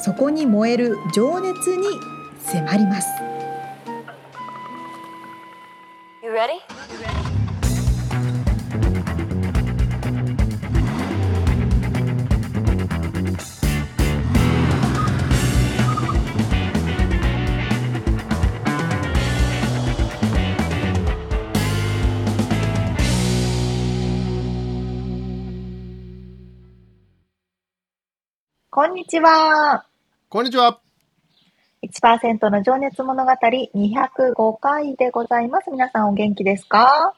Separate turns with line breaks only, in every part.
そこに燃える情熱に迫ります
You ready?
こんにちは
こんにちは。
1%の情熱物語205回でございます皆さんお元気ですか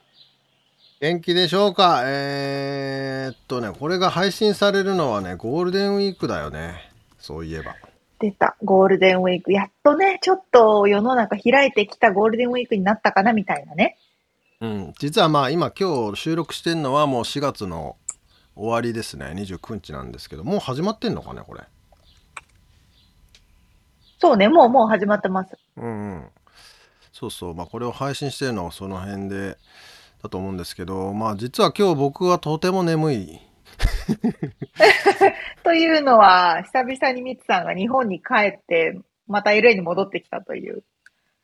元気でしょうかえー、っとね、これが配信されるのはね、ゴールデンウィークだよね。そういえば。
出たゴールデンウィークやっとねちょっと世の中開いてきたゴールデンウィークになったかなみたいなね
うん。実はまあ今今日収録してんのはもう4月の終わりですね。29日なんですけど、もう始まってんのかね、これ。
そうねもうもう始まってます
うんうん。そうそう。まあこれを配信してるのはその辺でだと思うんですけど、まあ実は今日僕はとても眠い。
というのは久々にミツさんが日本に帰ってまた LA に戻ってきたという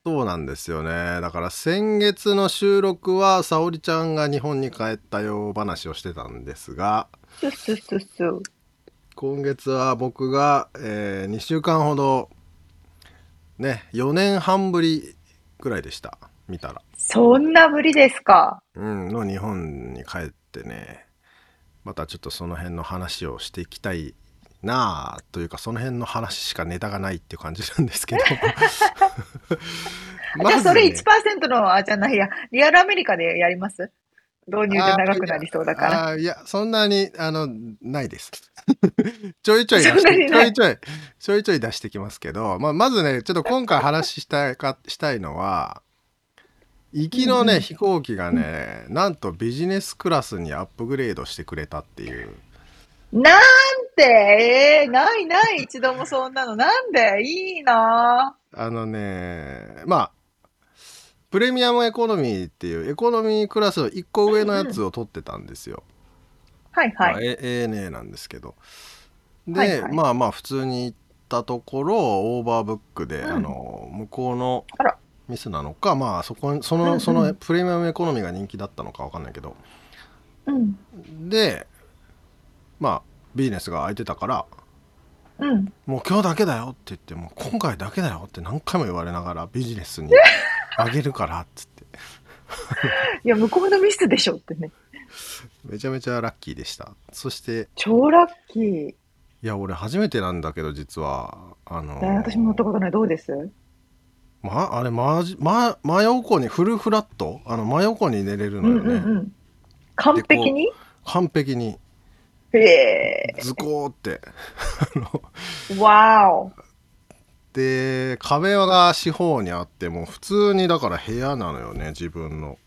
そうなんですよね。だから先月の収録は沙織ちゃんが日本に帰ったよ話をしてたんですが、
スッスッスッスッ
今月は僕が、え2週間ほどね4年半ぶりくらいでした見たら、
そんなぶりですか
うん、の日本に帰ってねまたちょっとその辺の話をしていきたいなあというかその辺の話しかネタがないっていう感じなんですけど
じゃあそれ
ね
1%の、あ、じゃないや、リアルアメリカでやります導入で長くなりそうだから。
あーいや、そんなに、あの、ないです。 ちょいちょい出
そん
し
な
て、
に
ちょ
ない
いちょい、ちょいちょい出してきますけど、まあ、まずね、ちょっと今回話ししたいか、したいのは、行きの
うんう
ね、
ん
飛行機がね、なんとビジネスクラスにアップグレードしてくれたっていう。
なんて、えー、ないない、一度もそんなの。なんで、いいな
あのね、まあ、プレミアムエコノミーっていうエコノミークラスの1個上のやつを取ってたんですよ。
ぁはいはい。
まあ、A- ANA なんですけどで、
はいはい
まあまあ普通に行ったところオーバーブックで、
うん
あの向こうの
あら
ミスなのかまあそこそ
うんう
の
ん
そのプレミアムエコノミーが人気だったのかわかんないけど
うん。
でまあビジネスが空いてたから
うん。
もう今日だけだよって言ってもう今回だけだよって何回も言われながらビジネ スにあげるからっつって
いや、向こうのミスでしょってね。
めちゃめちゃラッキーでしたそして
超ラッキー。
いや俺初めてなんだけど実はあの
えー私も乗ったことない。どうです
ま、あれ、まじ、ま、真横に、フルフラットあの、真横に寝れる
う
の
ん
よ
う
ね。
んうん。完璧に
完璧に、
へ
ズコーって。あの
ー。わお。
で、壁が四方にあって、もう普通に、だから部屋なのよね、自分の。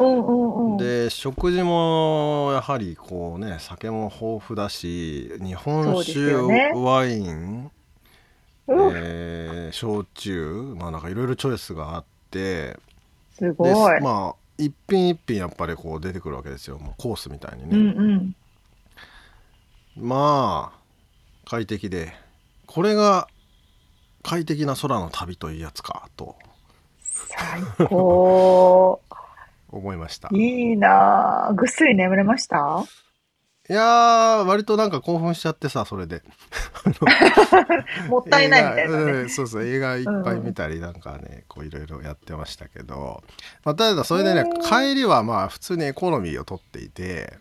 うんうんうん。
で、食事も、やはり、こうね、酒も豊富だし、日
そう
本
です
酒、
よね
ワイン、
うん
えー焼酎、まあなんかいろいろチョイスがあって、
すご
で
い。
まあ一品一品やっぱりこう出てくるわけですよもうコースみたいに
う
ね、
んうん。
まあ快適でこれが快適な空の旅というやつかと
最高。
思いましたい
いいなぁ。ぐっすり眠れました
やー割となんか興奮しちゃってさそれで
もったいないみたいな
映画う
ね。
んそうそう映画いっぱい見たりなんかねこういろいろやってましたけど、まあ、ただそれでね
へー
帰りはまあ普通にエコノミーを取っていて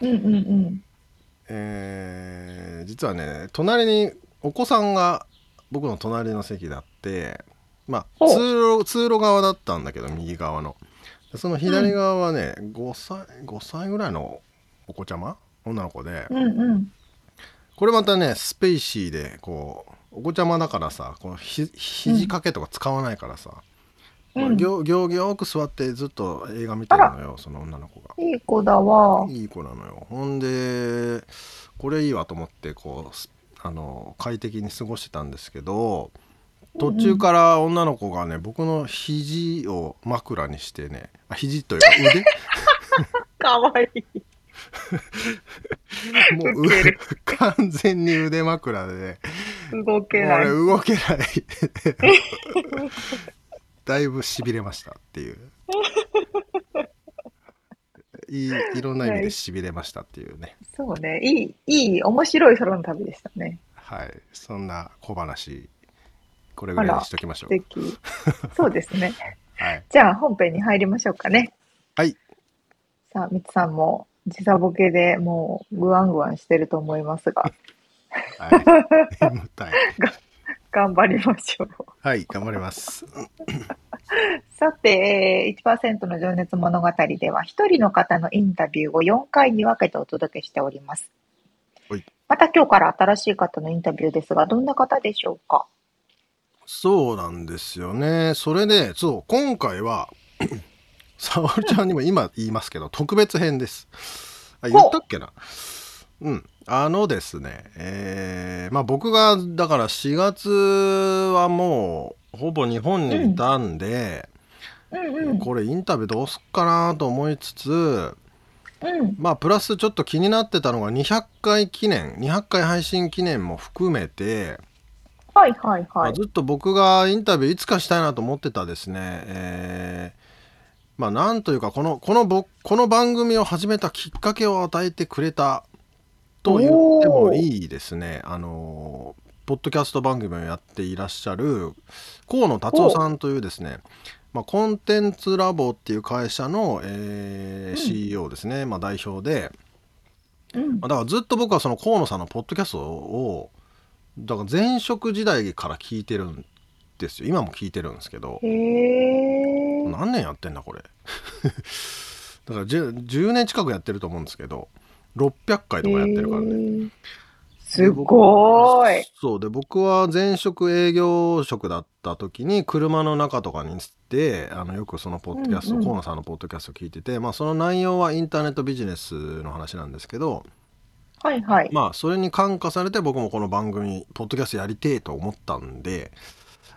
うんうんうん。
えー実はね隣にお子さんが僕の隣の席だってまあ
ほう
通路通路側だったんだけど右側のでその左側はね、5歳5歳ぐらいのお子ちゃま女の子で
うんうん。
これまたねスペイシーでこうお子ちゃまだからさこのひ肘掛けとか使わないからさ、
う
まあ
ん、
行行儀よく座ってずっと映画見てるのよその女の子が
いい子だわ。
いい子なのよほんでこれいいわと思ってこうすあの快適に過ごしてたんですけど途中から女の子がね僕の肘を枕にしてねあ肘というか腕
かわいい。
もうう完全に腕枕で、ね、
動けない
俺。動けないだいぶしびれましたっ ていういいいろんな意味でしびれましたっていうね
そうね。いい、いい、面白い空の旅でしたね。
はいそんな小話これぐらいにしときましょ
素
う
敵。そうですね。
はい、
じゃあ本編に入りましょうかね。
はい。
さあ、みつさんも時差ボケでもうぐわんぐわんしてると思いますが、
はい、眠 たい
頑張りましょう。
はい頑張ります
さて、えー1%の情熱物語では、一人の方のインタビューを4回に分けてお届けしております
はい。
また今日から新しい方のインタビューですが、どんな方でしょうか
そうなんですよねそれでそう今回は 沙織ちゃんにも今言いますけど特別編ですあ言ったっけなうんあのですねえーまあ僕がだから4月はもうほぼ日本にいたんで、
うんうん。
これインタビューどうすっかなと思いつつ
うん。
まあプラスちょっと気になってたのが200回記念200回配信記念も含めて
はいはいはい
まあ。ずっと僕がインタビューいつかしたいなと思ってたですね、えーまあなんというかこのこのぼこの番組を始めたきっかけを与えてくれたと言ってもいいですねあのーポッドキャスト番組をやっていらっしゃる河野達夫さんというですねまあ、コンテンツラボっていう会社の、えー CEO ですね、まあ、代表で、
うん
まあだからずっと僕はその河野さんのポッドキャストをだから前職時代から聞いてるんですよ今も聞いてるんですけど
へえ。
何年やってんだこれ だから 10, 10年近くやってると思うんですけど600回とかやってるからね、
へーすごーい。
そうで僕は前職営業職だった時に車の中とかにしてあのよくそのポッドキャス
う
ト、
んうん
河野さんのポッドキャスト聞いてて、まあ、その内容はインターネットビジネスの話なんですけど、
はいはい。
まあそれに感化されて僕もこの番組ポッドキャストやりてえと思ったんで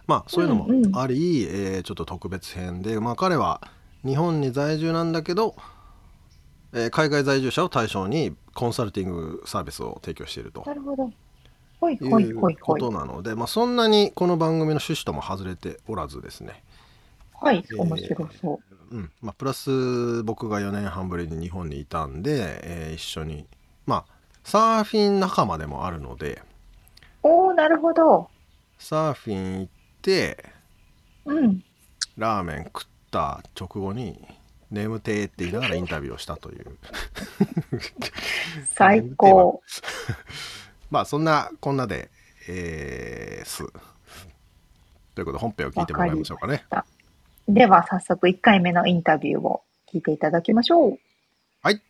まあそういうの
うんうん
もあり、えーちょっと特別編でまあ彼は日本に在住なんだけど、えー海外在住者を対象にコンサルティングサービスを提供していると
なるほど。ほい
い
ほいほいうほ
こ
い
と。なので、まあ、そんなにこの番組の趣旨とも外れておらずですね、
はい
え、ー
面白そう。
うんまあ、プラス僕が4年半ぶりに日本にいたんで、えー一緒にまあサーフィン仲間でもあるので
おおなるほど。
サーフィン行って
うん。
ラーメン食った直後に「眠てー」って言いながらインタビューをしたという
最高。
まあそんなこんなでえー、すということで本編を聞いてもらいましょうかね
では、早速1回目のインタビューを聞いていただきましょう。
はい。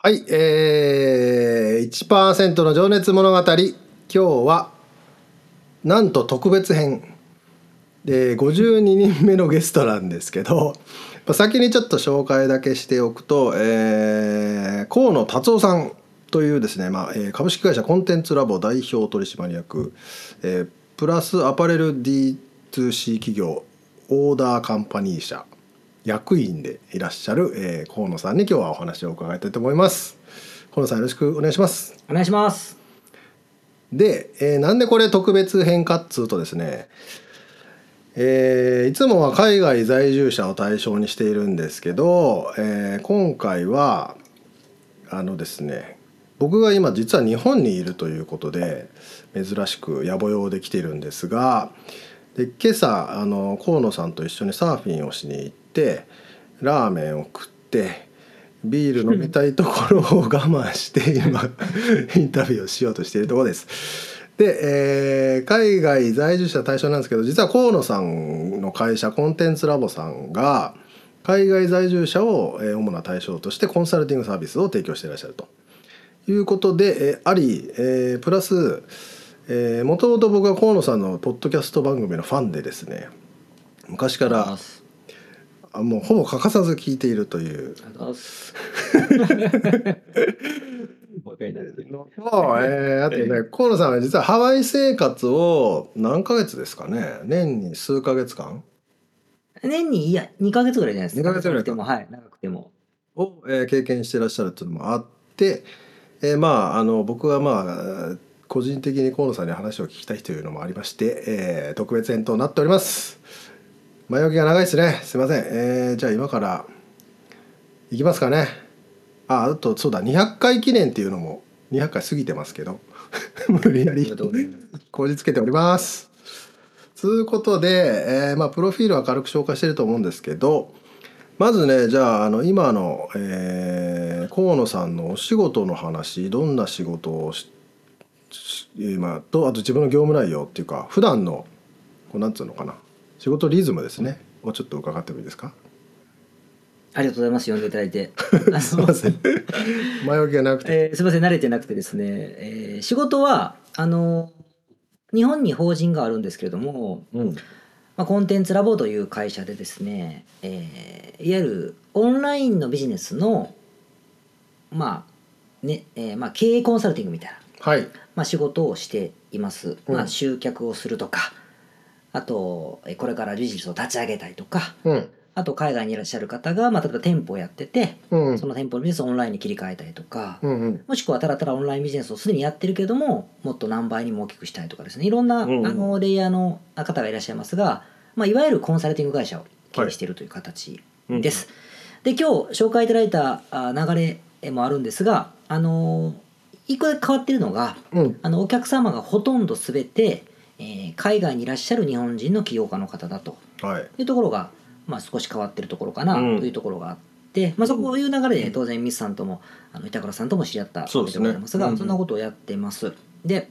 はいえー、1%の情熱物語今日はなんと特別編で52人目のゲストなんですけどまあ先にちょっと紹介だけしておくと、えー河野達夫さんというですね、まあえー株式会社コンテンツラボ代表取締役、えープラスアパレル D2C 企業オーダーカンパニー社役員でいらっしゃる、えー河野さんに今日はお話を伺いたいと思います。河野さんよろしくお願いします。
お願いします。
で、えーなんでこれ特別編かっつうとですね、えーいつもは海外在住者を対象にしているんですけど、えー今回はあのですね僕が今実は日本にいるということで珍しく野暮用で来ているんですがで今朝あの河野さんと一緒にサーフィンをしに行ってラーメンを食ってビール飲みたいところを我慢して今インタビューをしようとしているところです。で、えー海外在住者対象なんですけど実は河野さんの会社コンテンツラボさんが海外在住者を、えー主な対象としてコンサルティングサービスを提供していらっしゃるということで、えーあり、えープラスもともと僕は河野さんのポッドキャスト番組のファンでですね昔か
あ
ら
す
あもうほぼ欠かさず聞いているという
あざっす。もう一回言いたい
のと、えーあとね河野さんは実はハワイ生活を何ヶ月ですかね年に数ヶ月間
年にいや2ヶ月ぐらいじゃないですか。
二ヶ月ぐらいか
でもはい長くても。
を、えー経験してらっしゃるというのもあって、えーまああの僕はまあえー個人的に河野さんに話を聞きたいというのもありまして、えー特別編となっております前置きが長いですねすいません、えーじゃあ今からいきますかねああとそうだ200回記念っていうのも200回過ぎてますけど 無理や
あ
り
りがとうございます。
こじつけております。ということで、えーまあ、プロフィールは軽く紹介してると思うんですけどまずねじゃああの今の、えー河野さんのお仕事の話どんな仕事をしし今とあと自分の業務内容っていうか普段のこうなんつうのかな仕事リズムですねをちょっと伺ってもいいですか
ありがとうございます。呼んでいただいて。あ
すいません 前置きがなくて、
えーすみません慣れてなくてですね、えー仕事はあの日本に法人があるんですけれども、
うん
まあ、コンテンツラボという会社でですね、えーいわゆるオンラインのビジネスのまあね、えーまあ、経営コンサルティングみたいな、
はい
まあ、仕事をしています、
うん
まあ、集客をするとかあとえーこれからビジネスを立ち上げたいとか
うん
あと海外にいらっしゃる方が、まあ、例えば店舗をやってて
うん
その店舗のビジネスをオンラインに切り替えたりとか、
うんうん
もしくはたらたらオンラインビジネスをすでにやってるけれどももっと何倍にも大きくしたいとかですねいろんな、
うん
あのレイヤーの方がいらっしゃいますが、まあ、いわゆるコンサルティング会社を経営しているという形です。で今日紹介いただいたあ流れもあるんですがあの一個だけ変わってるのが
うん
あのお客様がほとんど全て、えー海外にいらっしゃる日本人の起業家の方だと
はい
いうところが、まあ、少し変わってるところかなと
うん
いうところがあって、まあ、そういう流れで当然ミスさんともあの板倉さんとも知り合ったわ
そう
け
で
です
ね
ございますが
うん
そんなことをやってます。で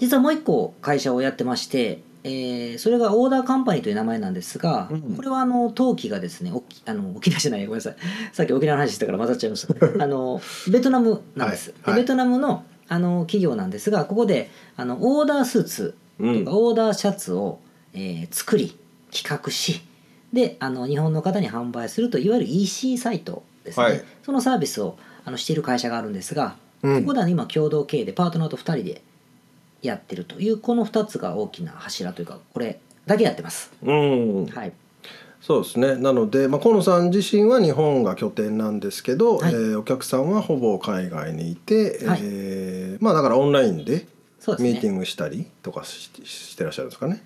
実はもう一個会社をやってまして、えーそれがオーダーカンパニーという名前なんですが、
うん
これはあの陶器がですね沖あの沖縄じゃないごめんなさい さっき沖縄の話してたから混ざっちゃい ましたあのベトナムなんです、
はいはい
でベトナムのあの企業なんですがここであのオーダースーツ
う
とかオーダーシャツを、えー作り企画しであの日本の方に販売するといわゆる EC サイトですね、
はい
そのサービスをあのしている会社があるんですが、
うん
ここでは今共同経営でパートナーと2人でやってるというこの2つが大きな柱というかこれだけやってます。
うん
はい、
そうですねなので、まあ、河野さん自身は日本が拠点なんですけど、
はい
えーお客さんはほぼ海外にいて、
はい
えーまあだからオンラインで
そうです
ミーティ
ね。
ングしたりとかし,、してらっしゃるんですかね。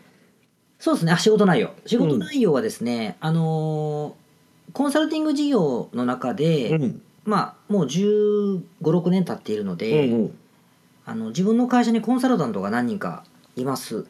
そうですね。あ仕事内容。仕事内容はですね、あのーコンサルティング事業の中で、
うん
まあもう15、6年経っているの
う
で、
ん
あの自分の会社にコンサルタントが何人かいます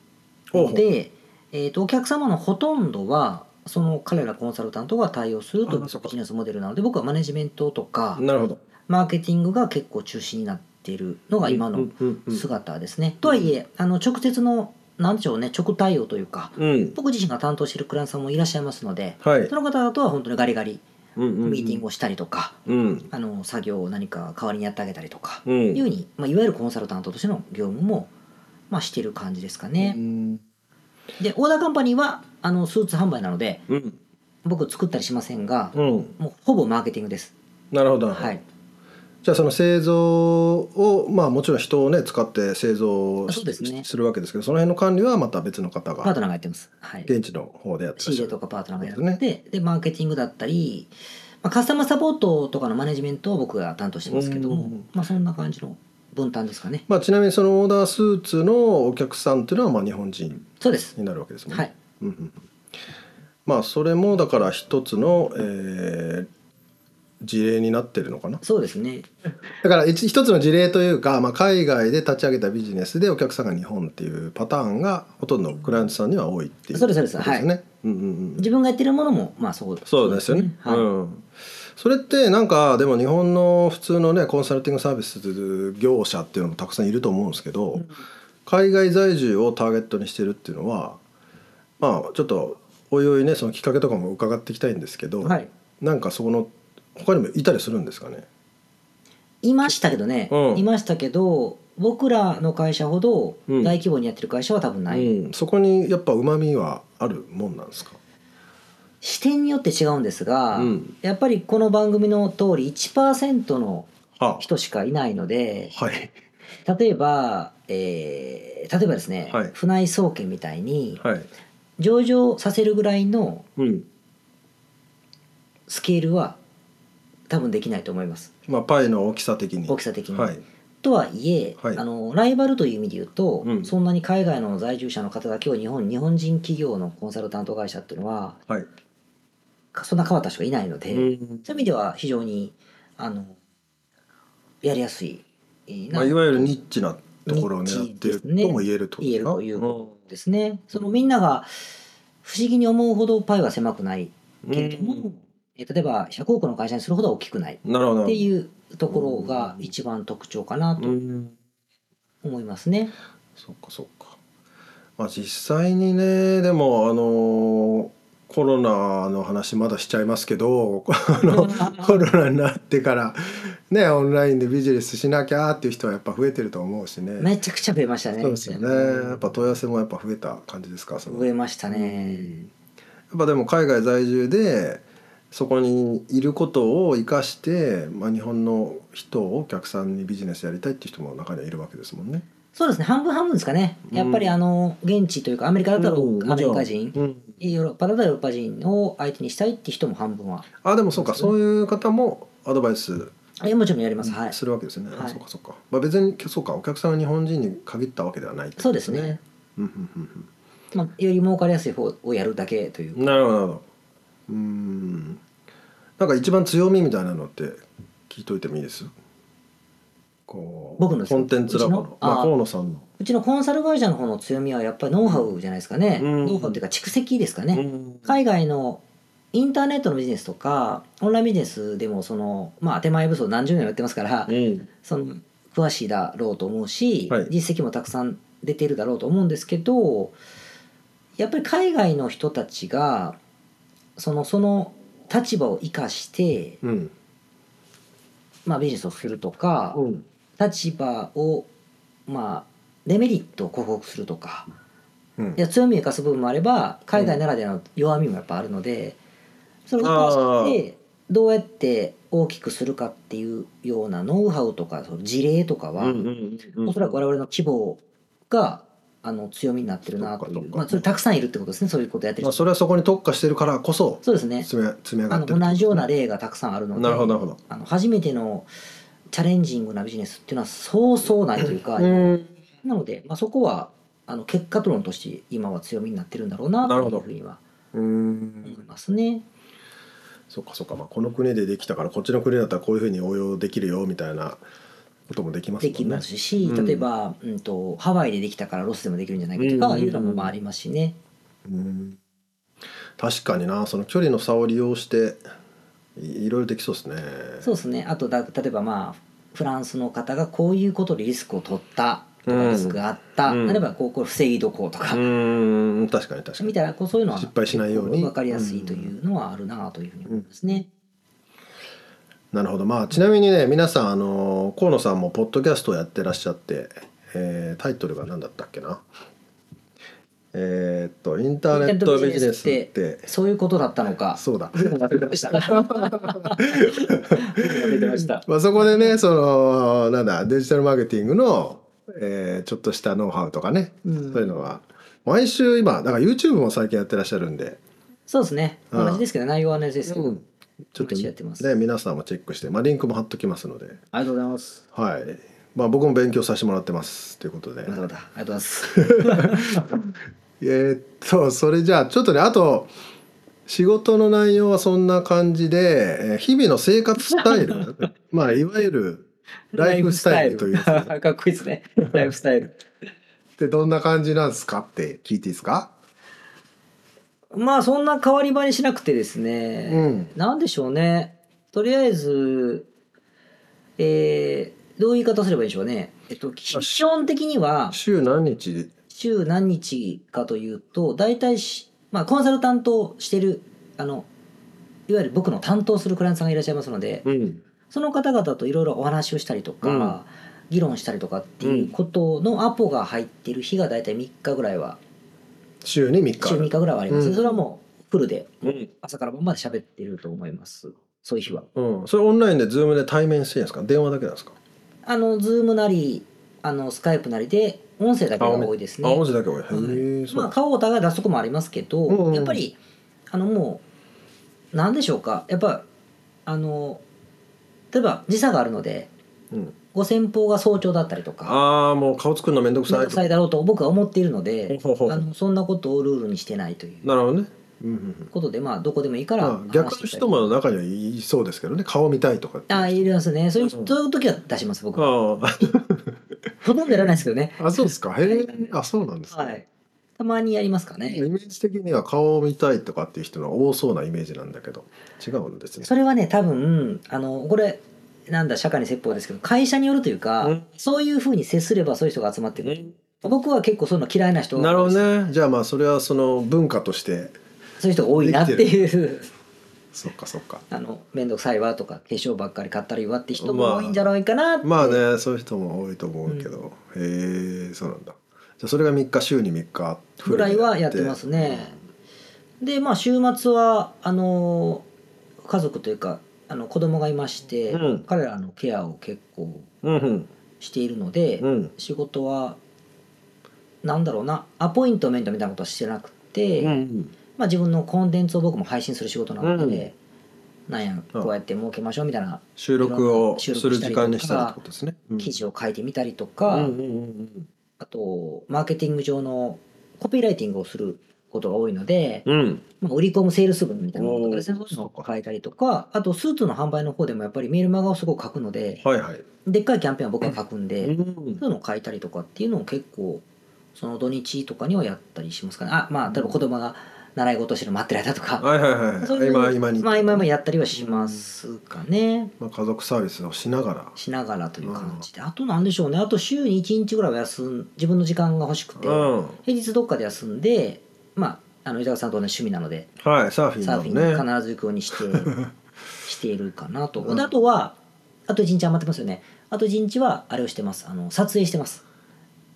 ほうほ
の
う
で、えー、とお客様のほとんどはその彼らコンサルタントが対応するという
あそっか
ビジネスモデルなので僕はマネジメントとか
なるほど。
マーケティングが結構中心になっているのが今
う
の
んうんうん
姿ですね。とはいえあの直接の何でしょうね直対応というか
うん
僕自身が担当しているクライアントさんもいらっしゃいますので
はい。
その方とは本当にガリガリミ
ミ
ーティング
を。
をしたりとか
うん
あの作業を何か代わりにやってあげたりとか
う
いうんふうに、まあ、いわゆるコンサルタントとしての業務も、まあ、してる感じですか
う
ね。
ん
でオーダーカンパニーはあのスーツ販売なので
うん
僕作ったりしませんが、
うん
もうほぼマーケティングです。
なるほど、
はい、
じゃあその製造をまあもちろん人をね使って製造をし
そうですね
するわけですけどその辺の管理はまた別の方
パー
が
トナーがやってます。はい、
現地の方でやってら
仕
っし
入
ゃ
れ
る
とかパートナーがや
そうで
って、でマーケティングだったり、まあ、カスタマーサポートとかのマネジメントを僕が担当してますけど
う
も
ん、
まあ、そんな感じの分担ですかね。
まあ、ちなみにそのオーダースーツのお客さんというのはまあ日本人
そうです。
になるわけですもんね。
はい、
うんうんうんまあそれもだから一つの、えー事例になってるのかな
そうですね。
だから一一つの事例というか、まあ、海外で立ち上げたビジネスでお客さんが日本っていうパターンがほとんどクライアントさんには多いっていう
そうですそうです
ことね。うんうんうん
自分がやってるものも、まあ、そう
そうですよね。
はい
うん。それってなんかでも日本の普通のねコンサルティングサービス業者っていうのもたくさんいると思うんですけど、海外在住をターゲットにしてるっていうのはまあちょっとおいおいねそのきっかけとかも伺っていきたいんですけど、
はい
なんかそこの他にもいたりするんですかね。
いましたけどね、
うん
いましたけど僕らの会社ほど
うん
大規模にやってる会社は多分ない、
うん、そこにやっぱうまみはあるもんなんですか。
視点によって違うんですが、
うん
やっぱりこの番組の通り1%の
あ
人しかいないので
はい
例えば、えー例えばですね、
はい
船井総研みたいに
はい。
上場させるぐらいの
うん。
スケールは多分できないと思います
まあパイの大きさ的に。
大きさ的に。
はい。
とはいえ、
はい
あのライバルという意味で言うと、
うん
そんなに海外の在住者の方だけを日本日本人企業のコンサルタント会社っていうのは
はい。
そんな変わった人がいないので、
うん
そういう意味では非常にあのやりやすいえー
まあいわゆるニッチなところを狙っている
ニッチですね
とも言えるってこと
言え
です
る
か。
ということですね。そのみんなが不思議に思うほどパイは狭くないけれども、
うん
え例えば100億の会社にするほどは大きくないっ
なるほど。
ていうところが一番特徴かなと
ん。
思いますね。
そっかそっか。まあ実際にねでもあのコロナの話まだしちゃいますけど あのコロナになってからねオンラインでビジネスしなきゃっていう人はやっぱ増えてると思うしね。
めちゃくちゃ増えましたね。
そうですよね。やっぱ問い合わせもやっぱ増えた感じですか。その
増えました
うん
ね。
やっぱでも海外在住でそこにいることを生かして、まあ、日本の人をお客さんにビジネスやりたいっていう人も中にはいるわけですもんね。
そうですね。半分半分ですかね。やっぱりあの現地というかアメリカだったらアメリカ人、
うん
ヨーロッパだったらヨーロッパ人を相手にしたいって人も半分は、
あでもそうかそういう方もアドバイス
えもちろんやります。はい。
するわけですよね。
はい
そうかそうか。まあ、別にそうかお客さんが日本人に限ったわけではないって
そ
こ
う
と
ですね。。
うんうんうん
まあ、より儲かりやすい方をやるだけという
うんなるほどなるほど。うーん。なんか一番強みみたいなのって聞いといてもいいです。こう
僕のですか
コンテンツラボの、
うちの
まあ、
あー
河野さんの。
うちのコンサル会社の方の強みはやっぱりノウハウじゃないですかね、
うん
ノウハウというか蓄積ですかね、
うん
海外のインターネットのビジネスとかオンラインビジネスでもその、まあ、当て前武装何十年もやってますから、
うん
その詳しいだろうと思うし、
はい
実績もたくさん出てるだろうと思うんですけどやっぱり海外の人たちがそのその立場を生かして、
うん
まあ、ビジネスをするとか、
うん
立場をまあデメリットを克服するとか
うん
いや強みを生かす部分もあれば海外ならではの弱みもやっぱあるので、それを生かしてどうやって大きくするかっていうようなノウハウとかその事例とかは、おそらく我々の規模があの強みになってるなとい
そっかそ
う
っか
まあ、それたくさんいるってことですねそういうことやってる
まあ、
人、
それはそこに特化してるからこそ
そうですね
積み積み上
あ
がっ
の
てる
同じような例がたくさんあるので
なるほどなるほど
あの初めてのチャレンジングなビジネスっていうのはそうそうないというか、なので、まあ、そこはあの結果論として今は強みになってるんだろうな
なるほ
と
ど
いうふうには
う
思い
ん
ますね。
そっかそっか、まあ、この国でできたからこっちの国だったらこういうふうに応用できるよみたいなこともできますも
で
んね
きますし
うん
例えば、うん、とハワイでできたからロスでもできるんじゃないかと
うんうん
か
うん
いうのもまあありますしね。
うん確かになその距離の差を利用していいろいろできそうですね
そうですねあとだ例えばまあフランスの方がこういうことでリスクを取ったと
う
か
ん
リスクがあった、
うん
あればこうこれ防ぎどこうとか、
うん確かに確か
み
に
たいなこうそういうのは
失敗しないように
分かりやすいというのはあるなというふうに思いますね。
なるほどまあちなみにね皆さんあの河野さんもポッドキャストをやってらっしゃって、えータイトルが何だったっけなえーっとインターネットビジネスって
そういうことだったのか。
そうだ
忘れてました。忘れてました。
まあ、そこでねそのなんだデジタルマーケティングの、えーちょっとしたノウハウとかね、
うん
そういうのは毎週今だから YouTube も最近やってらっしゃるんで、
そうですね。
うん
同じですけど、内容は同じですけど。
ちょっと
毎週やってます
ね皆さんもチェックして、まあ、リンクも貼っときますので
ありがとうございます。
はい、まあ、僕も勉強させてもらってますということで、
またまた。ありがとうござい
えーっとそれじゃあちょっとねあと仕事の内容はそんな感じで、えー日々の生活スタイル まあいわゆる
ます。
ライフスタイルというやつ
ライフスタイル かっこいいですね。ライフスタイル。
ってどんな感じなんですかって聞いていいですか、
まあ、そんな変わり映えしなくてですね。
うん
なんでしょうね。とりあえず、えーどういう言い方すればいいんでしょうね。えっと、基本的には、
週何日で
週何日かというと、大体し、まあ、コンサルタントをしてる、あの、いわゆる僕の担当するクライアントさんがいらっしゃいますので、
うん
その方々といろいろお話をしたりとか、
うん
議論したりとかっていうことのアポが入ってる日が大体3日ぐらいは、
週に3日あ
週
る
3日ぐらいはあります。
うん
それはもう、フルで、
うん
朝から晩まで喋ってると思います。そういう日は。
うん、それオンラインでズームで対面してるんですか電話だけなんですか
あの、ズームなり、あの、スカイプなりで、音声だけが多いですね。
あ文字だけ多い、へえ
はい
そう
まあ、顔をお互い出すとこもありますけど、
うんうん
やっぱりあのもう何でしょうかやっぱあの例えば時差があるので
うん、
ご先方が早朝だったりとか
ああもう顔作るのめんどく
面
さい
倒くさいだろうと僕は思っているので
ほうほうほう
あのそんなことをルールにしてないという
なるほどね、うんうんうん
ことでまあどこでもいいから
まあ、逆の
話して
人も中にはいそうですけどね顔見たいとかって
あいますねそういう
うん
そういう時は出します僕は
あ
ほとんどやらないですけどね
ああそうですかへえあそうなんですね、
はいたまにやりますか
イメ
ね
ージ的には顔を見たいとかっていう人が多そうなイメージなんだけど違うんですね
それはね多分あのこれなんだ社会に説法ですけど会社によるというか、
うん
そういうふうに接すればそういう人が集まってくる、僕は結構そういうの嫌いな人が
なるほどねじゃあまあそれはその文化として
そういう人が多いなっていう
そっかそっか
あの面倒くさいわとか化粧ばっかり買ったらいいわって人も多いんじゃないかなって、
まあねそういう人も多いと思うけど、へえそうなんだじゃあそれが3日週に3日
ぐらいはやってますね、でまあ週末はあの家族というかあの子供がいまして、
うん
彼らのケアを結構
うんうん
しているので、
うん
仕事はなんだろうなアポイントメントみたいなことはしてなくて、
うん
まあ、自分のコンテンツを僕も配信する仕事なので、なんや
うん
こうやって儲けましょうみたいな
収録をす
収録
る時間にしたりってことですね、うん
記事を書いてみたりとか、
うんうんうん
あとマーケティング上のコピーライティングをすることが多いので、
うんうん
まあ、売り込むセールス文みたいなことですね
おー
そういうのを書いたりとかあとスーツの販売の方でもやっぱりメールマガをすごく書くので、
はいはい、
でっかいキャンペーンは僕は書くんで、
うん
そういうのを書いたりとかっていうのを結構その土日とかにはやったりしますかねあまあ例えば子供が習い事してるの待ってる間とか、
はいはいはい
そういうの
今今に、
まあ、今今やったりはしますかね、
まあ、家族サービスをしながら
しながらという感じであとなんでしょうねあと週に1日ぐらいは休ん自分の時間が欲しくて、
うん
平日どっかで休んでまああの伊沢さんと同じ趣味なので
はいサーフィン
サー
な
フィ
のね
ンに必ず行くよ うにしてしているかなと、であとはあと1日余ってますよねあと1日はあれをしてますあの撮影してます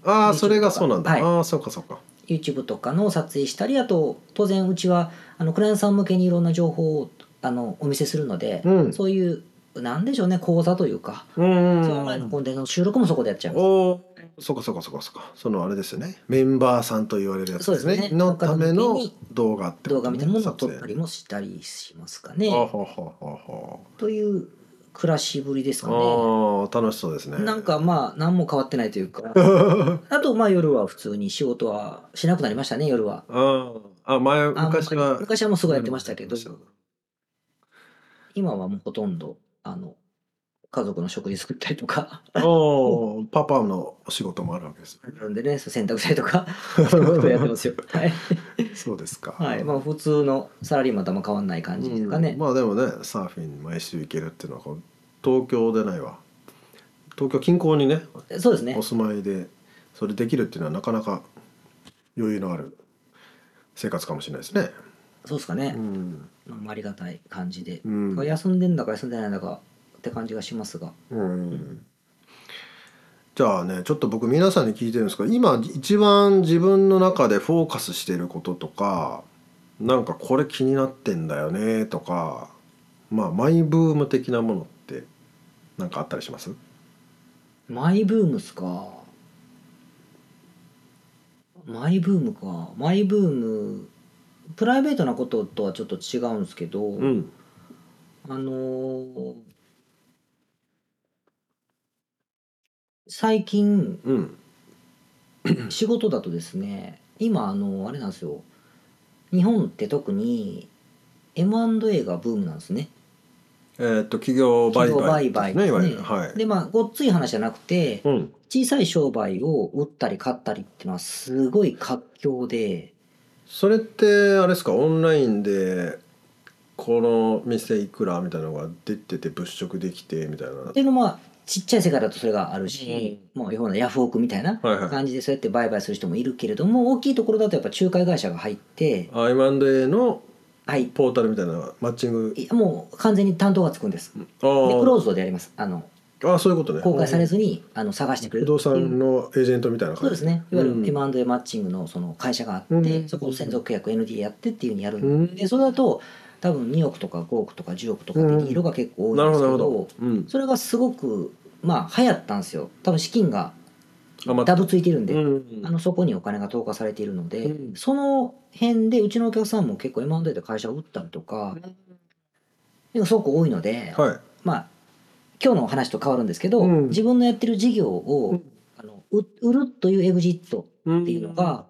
ああそれがそうなんだ、
はい
ああそうかそうか
YouTube とかの撮影したりあと当然うちはあのクライアントさん向けにいろんな情報をあのお見せするので、
うん
そういうなんでしょうね講座というか、
うん
その前のコンテンツの収録もそこでやっちゃいます。
おーそうかそうかそうかそうかそのあれですよねメンバーさんと言われるやつですね
そうですね
のため
の
の
方に
動画って
動
ことね
画みたいなものを撮
撮
った
影
りもしたりしますか
あは
ね。
はは
という暮らしぶりですかね。
はあー楽しそうですね
なん かまあ何も変わってないというかあとまあ夜は普通に仕事はしなくなりましたね夜は。
ああ前
あんまり
昔は
昔はもうすごいやってましたけど、
うん
今はもうほとんどあの家族の食事作ったりとか
おーパパのお仕事もあるわけです
あるんでねそう洗濯したりとかそういうことやってま すよはい、
そうですか
はい、まあ普通のサラリーマンとあんま変わんない感じですかね、
うんまあでもねサーフィン毎週行けるっていうのはこう東京でないわ東京近郊にね
そうですね
お住まいでそれできるっていうのはなかなか余裕のある生活かもしれないですね。
そうですかね
う、ん、
まあありがたい感じで
う、ん
休んでんだか休んでないんだかって感じがしますが
うん、じゃあねちょっと僕皆さんに聞いてるんですけど今一番自分の中でフォーカスしてることとかなんかこれ気になってんだよねとかまあマイブーム的なものってなんかあったりします
マイブームっすかマイブームかマイブームプライベートなこととはちょっと違うんですけど、
ん、
あのー最近
うん、
仕事だとですね今あのあれなんですよ日本って特に M&A がブームなんですね
えーっと企業売
企業
買
売買
ねいわゆ
で
る
すね
はい、
でまあごっつい話じゃなくて、
うん、
小さい商売を売ったり買ったりっていうのはすごい活況で
それってあれですかオンラインでこの店いくらみたいなのが出てて物色できてみたいな
っていうのもまあちっちゃい世界だとそれがあるし、もういろんなヤフオクみたいな
はいはい
感じでそうやって売買する人もいるけれども、大きいところだとやっぱ仲介会社が入って、
I&A の
はい、
ポータルみたいなマッチング
いもう完全に担当がつくんです。で
あー
クローズドでやります。あの
あーそういうことね
公開されずにあの探してく
不
れる
動産のエージェントみたいな
そう
感
で
じ
すねいわゆ
うん
る M&A マッチングのその会社があって、
うん
そこを専属契約 NDA やってっていうふうにやるんで,、
うん
それだと多分2億とか5億とか10億とか
うん
って色が結構多い
なんるほ
で
ど
すけ
なる
ど,、
ほど、うん、
それがすごくまあ流行ったんですよ多分資金が
あま
ダブついてるんで、
うん
あのそこにお金が投下されているので、
うん
その辺でうちのお客さんも結構 M&A で会社を売ったりとか、なんかすごく多いので、
はい
まあ今日のお話と変わるんですけど、
うん
自分のやってる事業
う
を
ん
あのう売るというエグジット
っ
っていうのが、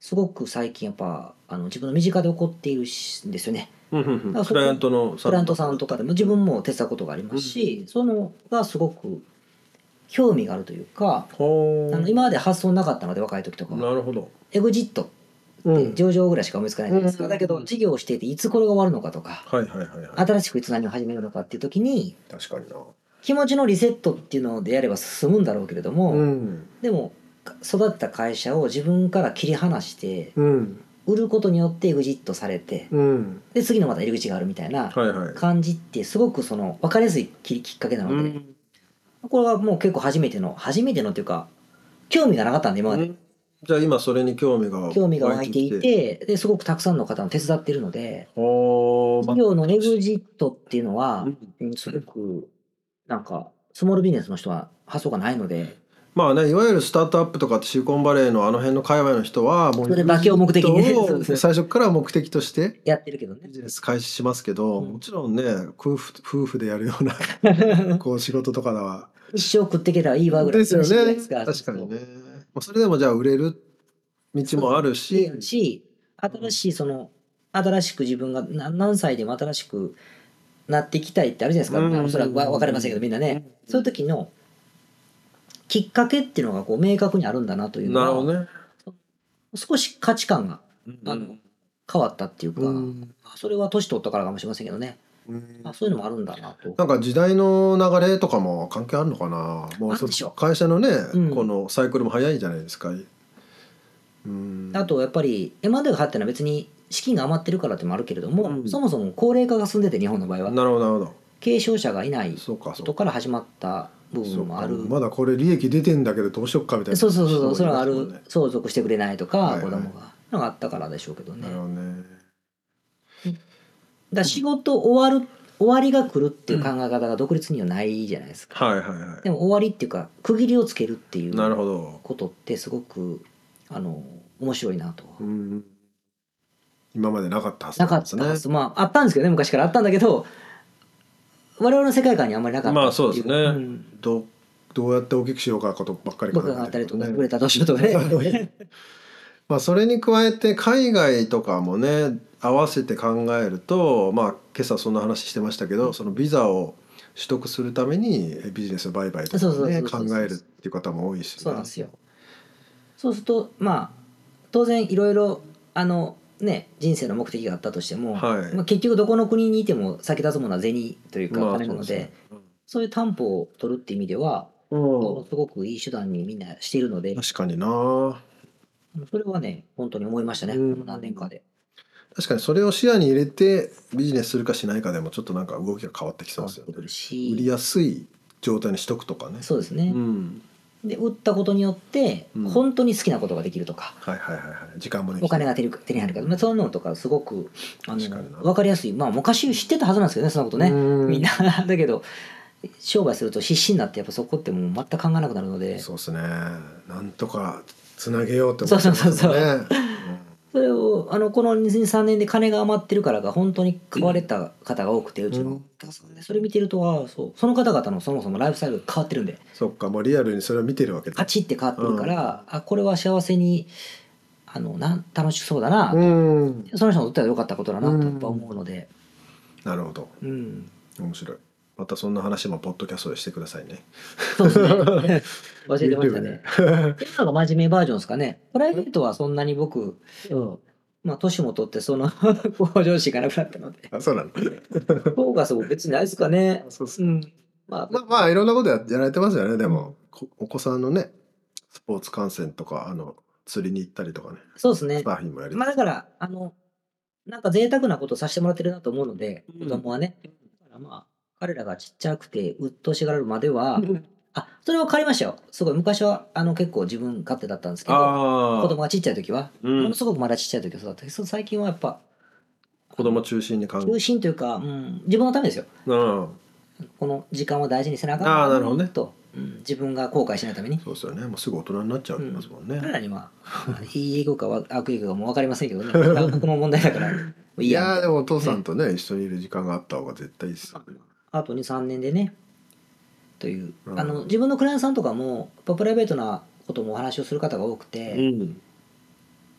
すごく最近やっぱあの自分の身近で起こっているしんですよね
うんうんうん
だからそ
ク
こ
ライアントの
プラントさんとかでも自分も手伝うことがありますし、そのがすごく興味があるというか、
ほー
あの今まで発想なかったので若い時とかは
なるほど、
エグジット
う
って
ん、
上場ぐらいしか思いつかないじゃないですか、
うん
だけど事業をしていていつこれが終わるのかとか
はいはいはいはい
新しくいつ何を始めるのかっていう時に
確かにな
気持ちのリセットっていうのでやれば進むんだろうけれども、
うん
でも育った会社を自分から切り離して
うん
売ることによってエグジットされて、
うん
で次のまた入り口があるみたいな
はいはい
感じってすごくその分かりやすいききっかけなので、これはもう結構初めての初めてのっていうか興味がなかったんで今ま
う
で、
んじゃあ今それに興味が
興味が湧いてい
湧
て
いき
ですごくたくさんの方も手伝っているので
おー
企業のエグジットっていうのは
うん、
うんすごくなんかスモールビジネスの人は発想がないので
まあねいわゆるスタートアップとかってシリコンバレーのあの辺の界隈の人はも
それだけを目的にね
人を
そうです
最初から目的として
やってるけどね
ビジネス開始しますけど、
うん
もちろんね夫婦夫婦でやるようなこう仕事とかで は
一生食っていけたらいいわぐらい
ですよ
じゃな
ね
いです
確かにねまあそれでもじゃあ売れる道もあるし
し新しいその新しく自分がな何歳でも新しくなっていきたいってあるじゃないですか、
うん
まあおそらくわ分かりませんけどみんなね、そういう時のきっかけっていうのがこう明確にあるんだなというの
なる
は
ほどね
少し価値観があの、変わったっていうか、
うん
それは年取ったからかもしれませんけどね、
うん
あそういうのもあるんだなと。
なんか時代の流れとかも関係あるのかなもう
あるでし
そ
ょ
会社のね、
うん
このサイクルも早いじゃないですかうん
あとやっぱり M&A が入ってるのは別に資金が余ってるからってのもあるけれども、
うん
そもそも高齢化が進んでて日本の場合は
なるほどなるほ
継承者がいない
どそうか
こ
そ
と
うか
から始まった部
そう
分も
か
ある
まだこれ利益出てんだけどどうしよっかみたいな
そうそうそうそうそれはあ
人もい
る
ます
相続してくれないとか、
はいはい
子供がのがあったからでしょうけどね
もんねなるほど
だか
ね
ら仕事終わる終わりが来るっていう考え方が独立にはないじゃないですか、
はいはいは
でも終わりっていうか区切りをつけるってい
いなる
う
ほど、
ことってすごくあの面白いなと、
うん、今までなかったはず
なか
なん
っ
です
た
ね
はずまああったんですけどね昔からあったんだけど我々の世界観にあんまりなかった
まあそうですね
うん
どうどうやって大きくしようかことばっかり考
僕
え
があったりとか
ね
潰れたらどうしようとかね
まあ、それに加えて海外とかもね合わせて考えると、まあ、今朝そんな話してましたけどそのビザを取得するためにえビジネス売買と
そうそ
か
うそ
ね
う
考
そう
えるっていう方も多いし
そうなんですよ。そうするとまあ当然いろいろあのね人生の目的があったとしても、
はい
まあ、結局どこの国にいても先立つものは銭というか
まあ
金なので、そういう担保を取るっていう意味では、
うん
すごくいい手段にみんなしているので
確かにな
それはね本当に思いましたね、
うん
この何年かで。
確かにそれを視野に入れてビジネスするかしないかでもちょっとなんか動きが変わってきそうですよね
変わってくる
売り
し
やすい状態にしとくとかね
そうですね、
うん
で売ったことによって
うん
本当に好きなことができるとか。
はいはいはいはい時間もね
お金が手に手に入るから、まあ、そういうのとかすごくあの
確かにな
分かりやすいまあ昔知ってたはずなんですけどねそんなことね、
うん
みんな だけど商売すると必死になってやっぱそこってもう全く考えなくなるのでそ
そうですねなんとかつなげようって思って
そう
ます
そ
ね
うそうそう
うん
れをあのこの23年で金が余ってるからが本当に買われた方が多くてうちのお客さんでそれ見てるとああそうその方々のそもそもライフスタイルが変わってるんで
そっかもうリアルにそれを見てるわけだ
カチッて変わってるから、あこれは幸せにあのなん楽しそうだな、
うん
その人にとっては良かったことだなとやっぱ思うので。
なるほど
うん
面白いまたそんな話もポッドキャストでしてくださいね
そうですね。忘れてました
YouTube ね
ね。今のが真面目バージョンですかね。プライベートはそんなに僕、まあ、年も取って、その 向上心がなくなったので、
あそうなの
フォーカスも別にないですかね。
そうそう
うん。ま
まあまあいろんなことややられてますよねでも、こお子さんのねスポーツ観戦とかあの釣りに行ったりとかね
あ、そうですね
サ。ーフィンもやり
まあ、だから、あの、なんか贅沢なことさせてもらってるなと思うので、
うん
子供はね。だからまあ、彼らがちっちゃくて、鬱陶しがられるまでは、
うん
あ、それは変わりましたよ。すごい、昔は、あの、結構自分勝手だったんですけど、
あ
子供
あ
がちっちゃい時は、
うん
ものすごくまだちっちゃい時はそうだったけど、そう最近はやっぱ、
子供中心に考え
中心というか、うん、自分のためですよ。
うん
この時間を大事にせなあかん
あーなるほどね
と、うん自分が後悔しないために
そうですよねもうすぐ大人になっちゃいますもんね、
彼らにまあ いい影響かわ悪影響かも分かりませんけどね僕も問題だからもうい
い
い
やー
や
でもお父さんとね一緒にいる時間があった方が絶対いいっすよね
あと23年でねという、
うん
あの自分のクライアントさんとかもやっぱプライベートなこともお話をする方が多くて、
ん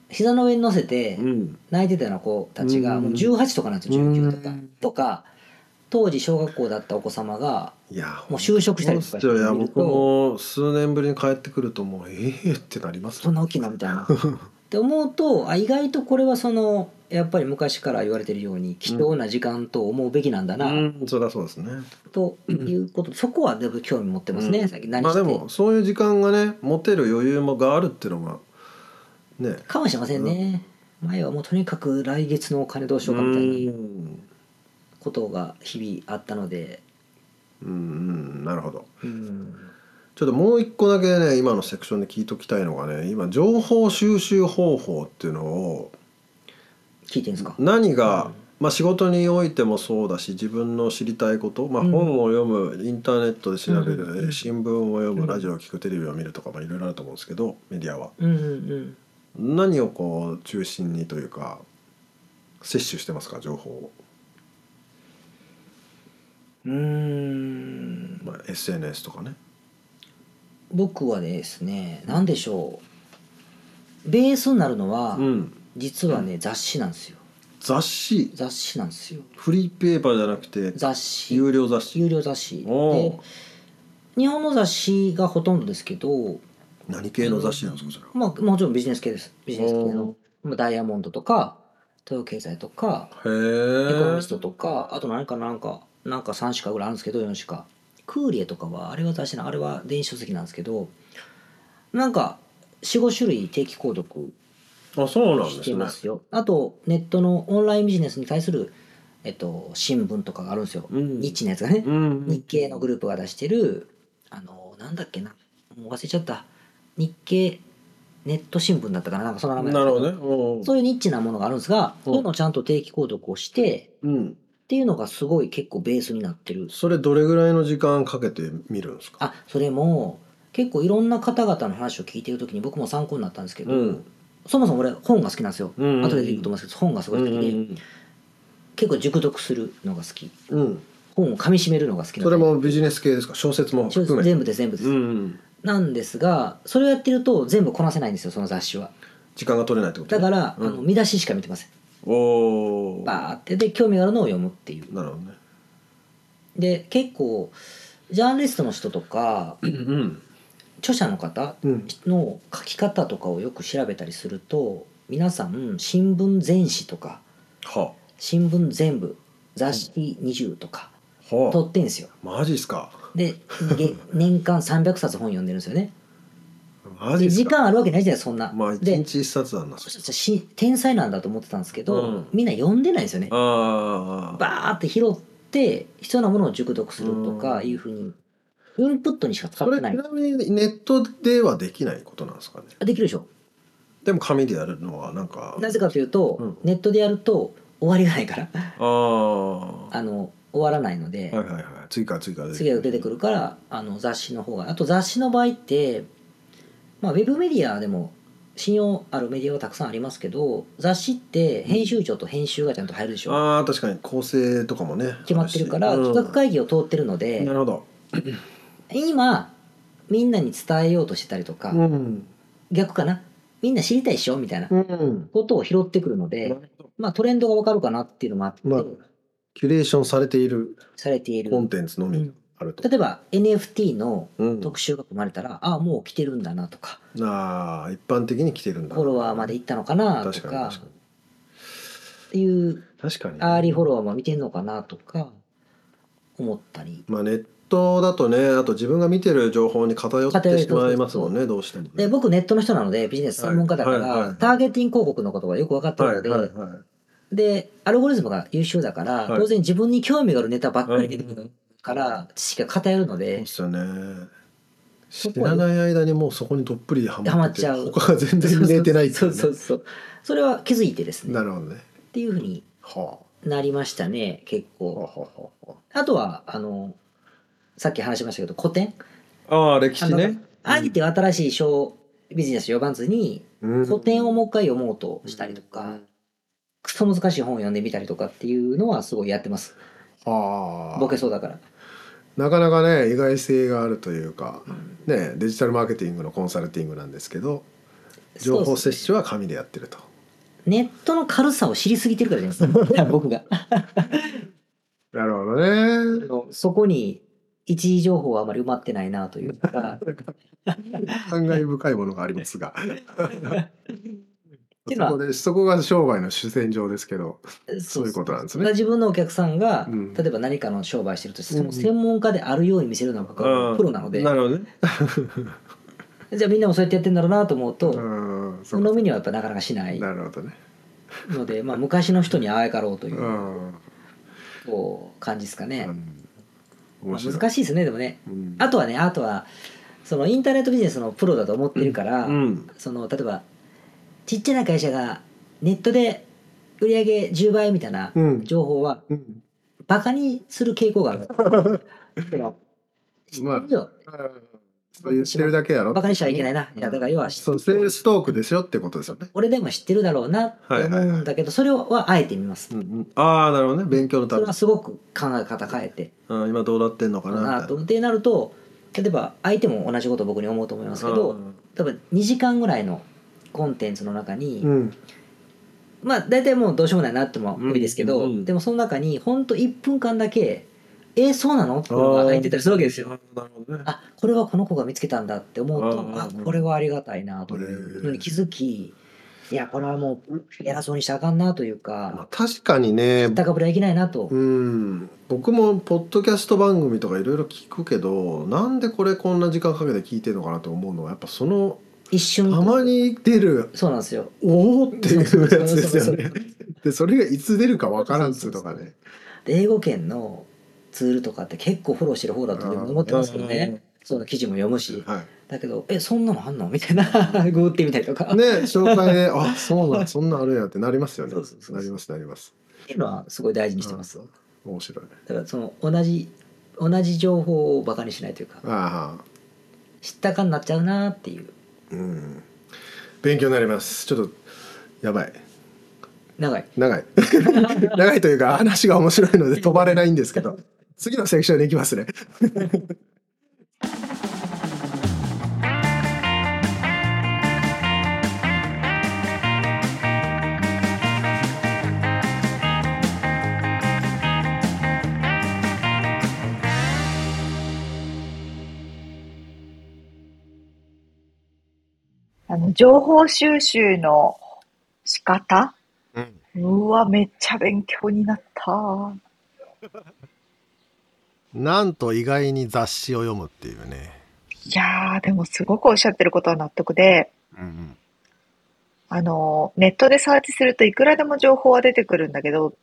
膝の上に乗せて
うん
泣いてたような子たちが
うん
もう18とかなんですよ19とか、
うん
とか当時小学校だったお子様が
いや
もう就職したりとかして
いや
みる
僕
と
も数年ぶりに帰ってくるともうええってなります
そんな大きいなみ たいな。って思うとあ意外とこれはそのやっぱり昔から言われてるように貴重な時間と思うべきなんだな、
うんそりゃそうですね
ということそこはだいぶ興味持ってますね、
うん
最近何
まあ
して
でもそういう時間がね持てる余裕もがあるっていうのがね
かもしれませんね、前はもうとにかく来月のお金どうしようかみたいな
うん
ことが日々あったので、
うんうんなるほど
うん、
ちょっともう一個だけね今のセクションで聞いときたいのがね今情報収集方法っていうのを
聞いていいんですか、
何が、
うん
まあ、仕事においてもそうだし自分の知りたいこと、まあ、
うん
本を読むインターネットで調べる、
うんうん
新聞を読む、
うん
ラジオを聞くテレビを見るとかまあいろいろあると思うんですけどメディアは
うんうん
何をこう中心にというか摂取してますか情報を、
うんうーん
まあ、SNS とかね。
僕はですね何でしょうベースになるのは、
うん、
実はね雑誌なんですよ
雑誌
雑誌なんですよ
フリーペーパーじゃなくて
雑誌
有料雑誌
有料雑誌
お
で
ー
日本の雑誌がほとんどですけど、
何系の雑誌なんですかそれは。
まあ、もちろんビジネス系ですビジネス系
おー
のまあダイヤモンドとか東洋経済とか
へ
エコノ
え
ミストとかあと何かなんかなんか3種かぐらいあるんですけど4種かクーリエとかはあれは雑誌なあれは電子書籍なんですけどなんか45種類定期購読
あそうなんで
して
すね
ま。すよあとネットのオンラインビジネスに対する、えっと、新聞とかがあるんですよ、
うん
ニッチなやつがね、
うん
日系のグループが出してるあのなんだっけなもう忘れちゃった日経ネット新聞だったかななんかその名前
なるほど
ね
ね。おー
そういうニッチなものがあるんですがそういうのをちゃんと定期購読をして
うん
っていうのがすごい結構ベースになってる
それどれぐらいの時間かけて見るんですか
あそれも結構いろんな方々の話を聞いてる時に僕も参考になったんですけど、
うん
そもそも俺本が好きなんですよ、
うんうんうん
後で出てくると思うんですけど本がすごい好きで、結構熟読するのが好き
うん
本を噛みしめるのが好きな
そ
んで
れもビジネス系ですか小説も含め
全部です全部です、
うん、
なんですがそれをやってると全部こなせないんですよその雑誌は
時間が取れないってこと
だから、
うん
あの見出ししか見てません
おおな
バーってで興味があるのを読むっていう
るほどね
で結構ジャーナリストの人とか
うん
著者の方
うん
の書き方とかをよく調べたりすると皆さん新聞全紙とか
は
新聞全部雑誌20とか
あは
取ってんですよ
あマジっすか
でげ 年間300冊本読んでるんですよね
マジ
で
っす
時
か
間あるわけないじゃないそんな、
まあ一
で
日一冊なんだ
そしたらし天才なんだと思ってたんですけど、
うん
みんな読んでないんですよね
ああ
バーって拾って必要なものを熟読するとか
うん
いうふうにインプットにしか使
そ
っ
れ
て
ち
ない
なみにネットではできないことなんですかね
できるでしょ
でも紙でやるのはなんか
なぜかというと、
うん
ネットでやると終わりがないから
ああは
あの終わらないので、
いはいはい次から次から
次が出てくるからあの雑誌の方があと雑誌の場合って、まあ、ウェブメディアでも信用あるメディアはたくさんありますけど雑誌って編集長と編集がちゃんと入るでしょ、
ああ確かに構成とかもね
決まってるから
あし
企画会議を通ってるの
うん
で
なるほど
今みんなに伝えようとしてたりとか、
うん
逆かなみんな知りたいっしょみたいな
うん
ことを拾ってくるので、まあトレンドがわかるかなっていうのもあって、
まあキュレーションされている
されている
コンテンツのみあると
例えば NFT の
うん
特集が組まれたら、ああもう来てるんだなとか
ああ一般的に来てるんだ
フォロワーまでいったのかなと
確
か
かに確かに
いう
確かに、
アーリーフォロワーも見てんのかなとか思ったり
まあネットだとねあと自分が見てる情報に偏ってしまいますもんねどうしてもね、
で僕ネットの人なのでビジネス専門家だから、
はいはいはい
ターゲティング広告のことがよく分かってるので、
はいはいはい
でアルゴリズムが優秀だから、
はい
当然自分に興味があるネタばっかり出てく
は
るから知識が偏るの
そう
で
ですよね知らない間にもうそこにどっぷりハマってて
ハマっちゃう
他が全然見えてないって
そ
いううね
そうそうそれは気づいてですね
な
っ
るほどね
ていうふうに
は
なりましたね結
あは
構
あはあは
あとはあのさっき話しましたけど古典
あああ歴史ね
あえて新しい小ビジネス呼ばずに
うん
古典をもう一回読もうとしたりとかクソ難しい本を読んでみたりとかっていうのはすごいやってます
はあ
ボケそうだから
なかなかね意外性があるというか、ね、デジタルマーケティングのコンサルティングなんですけど情報
そうで
摂
すね
取は紙でやってると。
ネットの軽さを知りすぎてるからじゃない ですか僕が
なるほどね。
そこに一時情報はあまり埋まってないなという か
感慨深いものがあります が。
ていうの
そ
は
こでそこが商売の主戦場ですけどそういうことなんですね。
自分のお客さんが、
うん
例えば何かの商売してるとして
うん
その専門家であるように見せるのは僕はプロなので、
るほどね。
じゃあみんなもそうやってやってんだろうなと思うと、
うん、そ
そうの
か
目にはやっぱなかなかしない
なるほどね。
ので、まあ、昔の人にあやかろうというう,、
ん、
こう感じですかね
う、ん
ま
面
あ
白い。
難しいですねでもね
うん
あとはねあとはそのインターネットビジネスのプロだと思ってるから、
うん、
その例えばちっちゃな会社がネットで売り上げ10倍みたいな
うん
情報は
うん、
バカにする傾向があ る。
まあ
以上
そう言ってるだけやろ。
バカにしちゃいけないな。
うん
いやだから要は知って
そうセールストークですよってことですよね。
俺でも知ってるだろうなって思うんだけど、それはあえて見ます。
うんうん、ああなるほどね勉強のた
そ
め
れはすごく考え方変えて
うん、今どうなってんのかなみたい
な
な
と思ってなると例えば相手も同じことを僕に思うと思いますけど多分2時間ぐらいのコンテンツの中に、
うん
まあ大体もうどうしようもないなっても多いですけど、
うんうん
でもその中にほんと1分間だけ「えー、そうなの?」っていうのが入ってたりするわけですよ。
なるほどね
あこれはこの子が見つけたんだって思うと
うんうん
あこれはありがたいなというのに気づきいやこれはもう偉そうにしたらあかんなという
まあ
か
確かにね
高ぶりはいけないなと
うん僕もポッドキャスト番組とかいろいろ聞くけどなんでこれこんな時間かけて聞いてるのかなと思うのはやっぱそのた
一瞬
まに出る
そうなんですよ。
「おお!」っていうやつですよ
そうそう
ね
そうそう
でそれがいつ出るかわからんっつうとかね
英語圏のツールとかって結構フォローしてる方だと思ってますけどね。その記事も読むし
は
だけど「えそんなのあんの?」みたいな ググってみたりとか
い、ね紹介で「あそうなんそんなんあるんや」ってなりますよね
そうそうそうそう
なりますなります
っていうのはすごい大事にしてます。
面白いね
だからその同じ同じ情報をバカにしないというか
ああ
知ったかになっちゃうなっていう
うん勉強になりますちょっとやばい
長い
長い 長いというか話が面白いの で飛ばれないんですけど次のセクションに行きますね
あの、情報収集の仕方うわ、めっちゃ勉強になった。
なんと意外に雑誌を読むっていうね、
いやー、でもすごくおっしゃってることは納得で、あの、ネットでサーチするといくらでも情報は出てくるんだけど、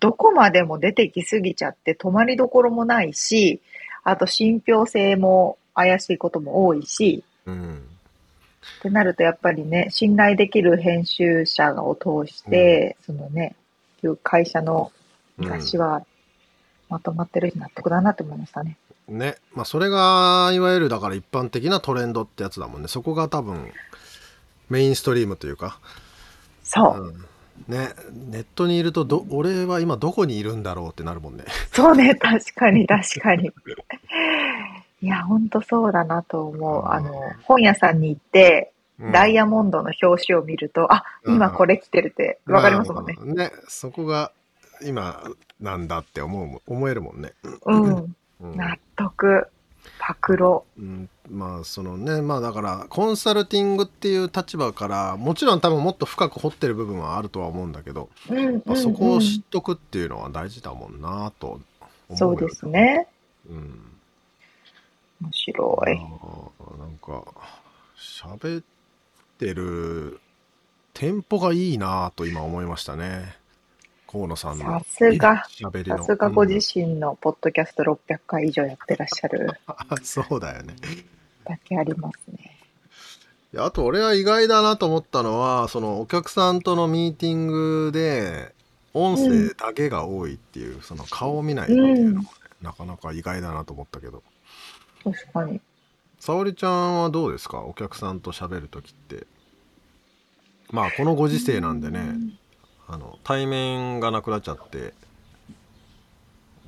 どこまでも出てきすぎちゃって止まりどころもないし、あと信憑性も怪しいことも多いし、ってなるとやっぱりね、信頼できる編集者を通して、そのね、いう会社の雑誌はまとまってるし納得だなと思いましたね。
ねまあそれがいわゆるだから一般的なトレンドってやつだもんねそこが多分メインストリームというか、
そう、
ね、ネットにいるとど俺は今どこにいるんだろうってなるもんね
そうね、確かに確かに。 いや、ほんとそうだなと思う。あの、本屋さんに行って、 ダイヤモンドの表紙を見ると、あ、今これ来てるってわかりますもんね。
うんねそこが今なんだって思うも思えるもんね
うん、
うん
納得。パクロ。
うん、まあそのねまあだからコンサルティングっていう立場からもちろん多分もっと深く掘ってる部分はあるとは思うんだけど、
うんうんう
まあ、
ん、
そこを知っとくっていうのは大事だもんなと思うよ
そうです、ね。
うん、
面白い。
あーなんか喋ってるテンポがいいなと今思いましたね河野さんの
さすが。
喋り
さ
の
すがご
うん
自身のポッドキャスト600回以上やってらっしゃる
あ そうだよね
だけありますね。
いやあと俺は意外だなと思ったのはそのお客さんとのミーティングで音声だけが多いっていう、その顔を見ないっていうのがね、なかなか意外だなと思ったけど
確かに。
沙織ちゃんはどうですかお客さんと喋る時ってまあこのご時世なんでね、あの対面がなくなっちゃって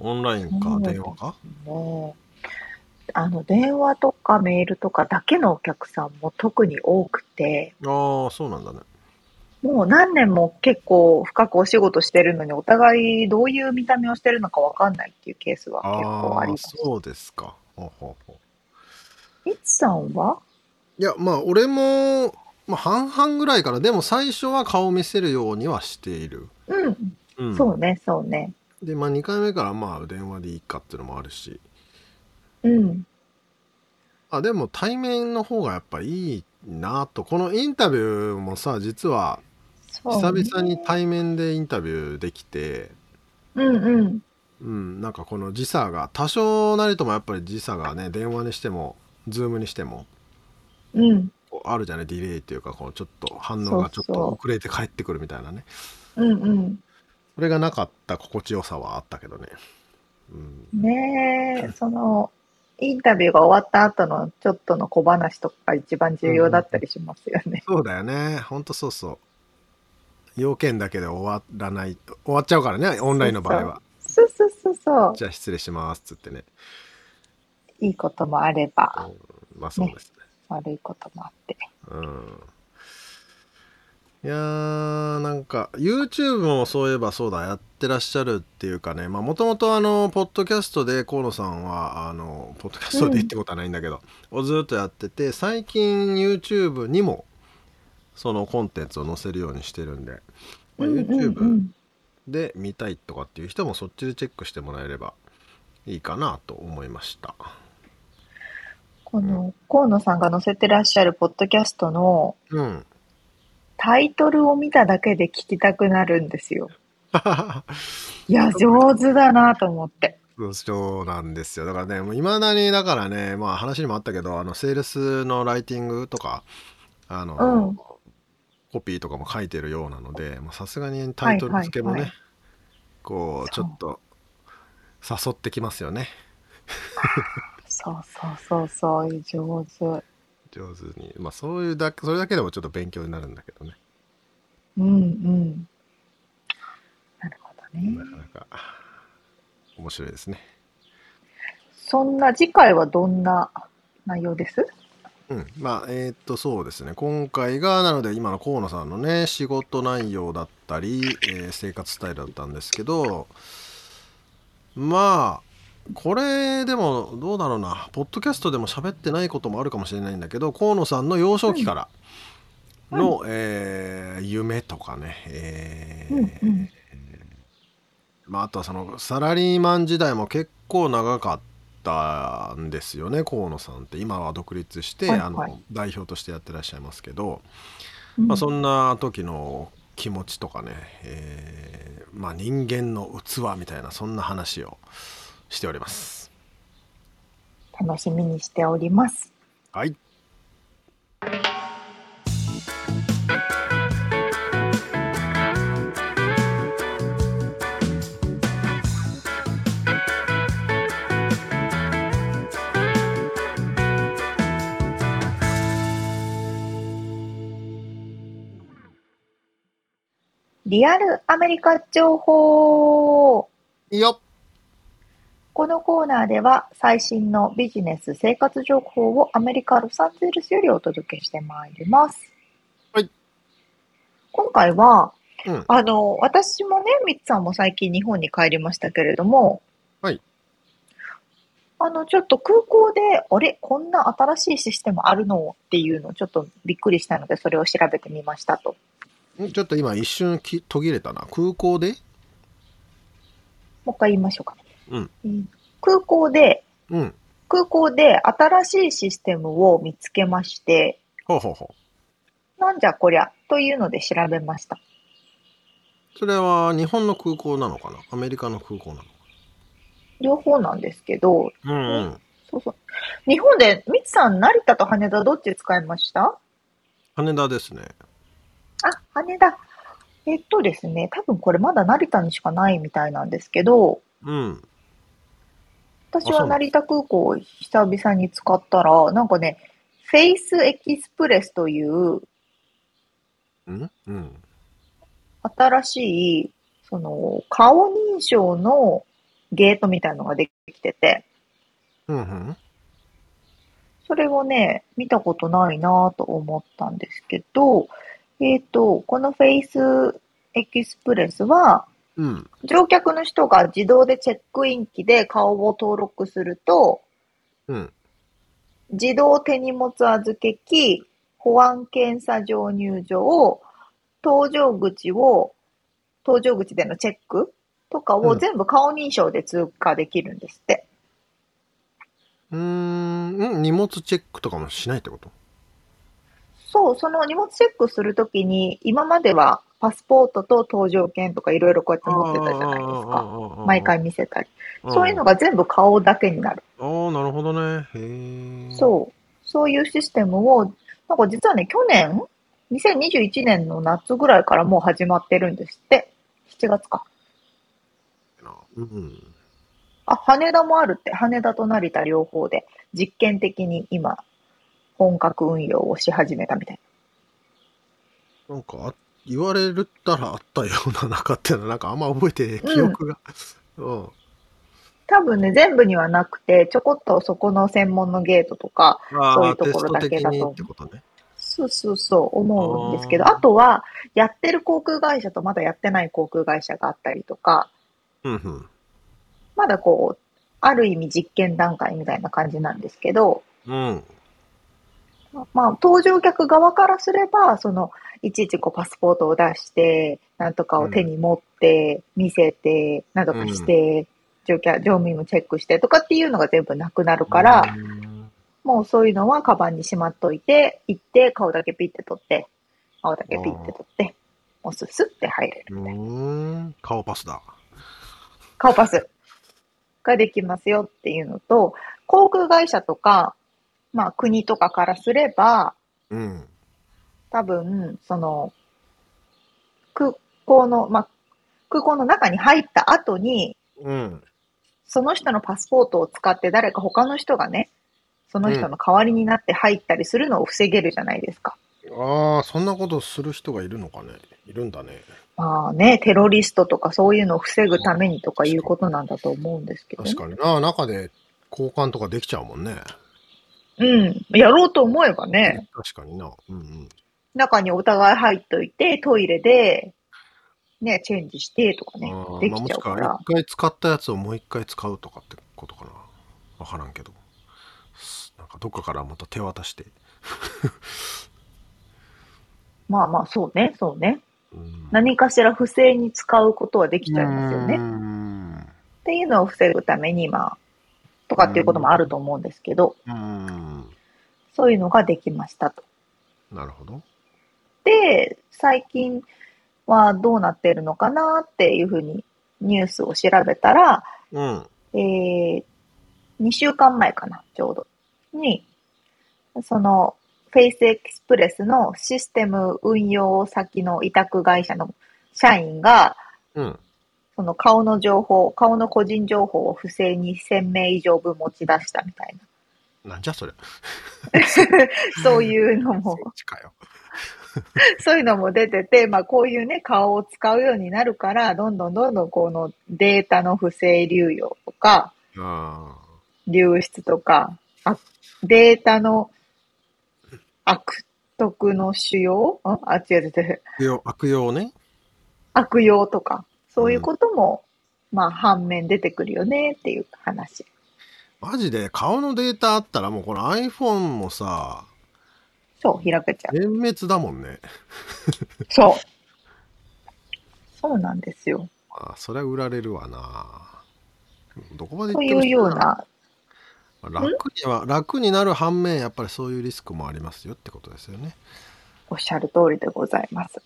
オンライン
そ
か
うだ
電話か
もう、あの、電話とかメールとかだけのお客さんも特に多くて、
ああそうなんだね
もう何年も結構深くお仕事してるのに、お互いどういう見た目をしてるのかわかんないっていうケースは結構あり
ああ
ます。
そうですかほうほうほう
みつさんはい
やまあ俺も、まあ、半々ぐらいからでも最初は顔見せるようにはしている、
うん、
うん
そうね、そうね。
でまあ2回目からまあ電話でいいかっていうのもあるし
うん。
あでも対面の方がやっぱいいなとこのインタビューもさ実は
そう
久
ね
々に対面でインタビューできて
うんうん。
うんなんかこの時差が多少なりともやっぱり時差がね電話にしてもズームにしても
うん。
こうあるじゃないディレイっていうかこうちょっと反応がちょっと遅れて帰ってくるみたいなね
うんうん。
それがなかった心地よさはあったけどね。うん、
ねえ、その、インタビューが終わった後のちょっとの小話とか一番重要だったりしますよね。
そうだよね。ほんとそうそう。要件だけで終わらない、終わっちゃうからね、オンラインの場合は。
そうそうそうそう。
じゃあ失礼しますっつってね。
いいこともあれば、
まあそうですね。
悪いこともあって。
うん。いやーなんか YouTube もそういえばそうだやってらっしゃるっていうかねまあもともとあのポッドキャストで河野さんはあのポッドキャストで言ってことはないんだけど、をずっとやってて最近 YouTube にもそのコンテンツを載せるようにしてるんで、まあ
うんうんう
YouTube
ん。
で見たいとかっていう人もそっちでチェックしてもらえればいいかなと思いました
この、河野さんが載せてらっしゃるポッドキャストの
うん
タイトルを見ただけで聞きたくなるんですよ。
う
いや、上手だなと思って。
んそうなんですよだからねもう未だにだからねまあ話にもあったけどあのセールスのライティングとかあの、
うん
コピーとかも書いてるようなのでまあさすがにタイトル付けもね、
はいはい
こうちょっと誘ってきますよね
そうそうそうそう、上手。
上手にまあそういうだけそれだけでもちょっと勉強になるんだけどね
うんうん。なるほどね
な。かなか面白いですね
そんな次回はどんな内容です
うん、まあえーっとそうですね今回がなので今の河野さんのね仕事内容だったり、えー生活スタイルだったんですけどまあこれでもどうだろうなポッドキャストでも喋ってないこともあるかもしれないんだけど河野さんの幼少期からの、えー夢とかね、えー
うんうん
まあ、あとはそのサラリーマン時代も結構長かったんですよね河野さんって今は独立して、
はいはい
あの代表としてやってらっしゃいますけど、
ま
まあ、そんな時の気持ちとかね、えーまあ、人間の器みたいなそんな話をしております。
楽しみにしております。
はい
リアルアメリカ情報
いいよ
このコーナーでは最新のビジネス生活情報をアメリカ・ロサンゼルスよりお届けしてまいります。
はい。
今回は、
うん
あの、私もね、みつさんも最近日本に帰りましたけれども、
はい。
あの、ちょっと空港で、あれこんな新しいシステムあるのっていうのをちょっとびっくりしたので、それを調べてみましたと。
ちょっと今一瞬き途切れたな。空港で
もう一回言いましょうか。
うん
うん空港で、
うん。
空港で新しいシステムを見つけまして、
ほうほうほう。
なんじゃこりゃというので調べました。
それは日本の空港なのかなアメリカの空港なのか
両方なんですけど、
なうん、うん。
そうそう。日本で、みつさん、成田と羽田どっち使いました
羽田ですね。
あ、羽田。えっとですね、多分これまだ成田にしかないみたいなんですけど、
うん。
私
あそ
は
うなん
成田空港を久々に使ったら、なんかね、フェイスエキスプレスという
うんうん。
新しい、その、顔認証のゲートみたいのができてて、
うんうん。
それをね、見たことないなと思ったんですけど、えっ、と、このフェイスエキスプレスは、
うん。
乗客の人が自動でチェックイン機で顔を登録すると、
うん。
自動手荷物預け機、保安検査場入場、搭乗口を、搭乗口でのチェックとか
う
を
ん
全部顔認証で通過できるんですって。
うーんうん。荷物チェックとかもしないってこと
そう、その荷物チェックするときに、今まではパスポートと搭乗券とかいろいろこうやって持ってたじゃないですか。
か
毎回見せたり。そういうの
が。
が全部顔だけになる。
ああ、なるほどね。へえ。う。
そう。そういうシステムを、なんか実はね、去年、2021年の夏ぐらいからもう始まってるんですって。7月か。
うん。
あ、羽田もあるって。羽田と成田両方で、実験的に今、本格運用をし始めたみたい。
なんかあ、言われるったらあったような、なかったよ うな、なんかあんま覚えて、
うん
記憶が。うん。
多分ね、全部にはなくて、ちょこっとそこの専門のゲートとか、
あ
そうい
あ、
うと
テ
こ
ス
ろ
ト
だけ
的
だと
にってことね。
そうそうそう思うんですけど、
あー
あとは、やってる航空会社とまだやってない航空会社があったりとか、
うんうん。
まだこう、ある意味実験段階みたいな感じなんですけど、
うん。
まあ、搭乗客側からすれば、その、いちいちこうパスポートを出して、なんとかを手に持って、見せて、なんとかして、乗客、乗務員もチェックしてとかっていうのが全部なくなるから、
うん
もうそういうのはカバンにしまっといて、行って、顔だけピッて取って、顔だけピッて取って、もうスッスッって入れる
う
みたいな。
ーん。顔パスだ。
顔パスができますよっていうのと、航空会社とか、まあ国とかからすれば、
うん。
多分、その、空港の、まあ、空港の中に入った後に、
うん。
その人のパスポートを使って誰か他の人がね、その人の代わりになって入ったりするのを防げるじゃないですか。
ああ、そんなことする人がいるのかね。いるんだね。
まあね、テロリストとかそういうのを防ぐためにとかいうことなんだと思うんですけど、ね
確。かにな。中で交換とかできちゃうもんね。
うん。やろうと思えばね、
確かにな。うんうん。
中にお互い入っといて、トイレで、ね、チェンジしてとかね
あー、
で
まあ
き
も
ちゃ
し
う
く
か
は
ら
一。回使ったやつをもう一回使うとかってことかな。わからんけど。すなんかどっかからまた手渡して。
まあまあ、そうね、そうね。
うん
何かしら不正に使うことはできちゃいますよ
う
ね。
ん
っていうのを防ぐために、まあ、とかっていうこともあると思うんですけど、
うん。
そういうのができましたと。
なるほど。
で、最近はどうなってるのかなっていうふうにニュースを調べたら、
うん。
えー、2週間前かな、ちょうど。に、その、フェイスエクスプレスのシステム運用先の委託会社の社員が、
うん。
その顔の情報、顔の個人情報を不正に1000名以上分持ち出したみたい
なんじゃそれ。
な、そういうの も
そ、っちかよ。
そういうのも出てて、まあこういうね、顔を使うようになるから、どんどんどんどんこのデータの不正流用とか、
あ
流出とか、あデータの悪徳の使用んあ、違う違う違う。
あ。悪用、悪用ね。
悪用とか、そういうことも、まあ反面出てくるよねっていう話。
マジで顔のデータあったらもうこの iPhone もさ
そう、開けちゃう。
全滅だもんね
そう。そうなんですよ。
あそりゃ売られるわなどこまで
と
行っ
い
ても
うような、
楽には楽になる反面やっぱりそういうリスクもありますよってことですよね、
おっしゃる通りでございます。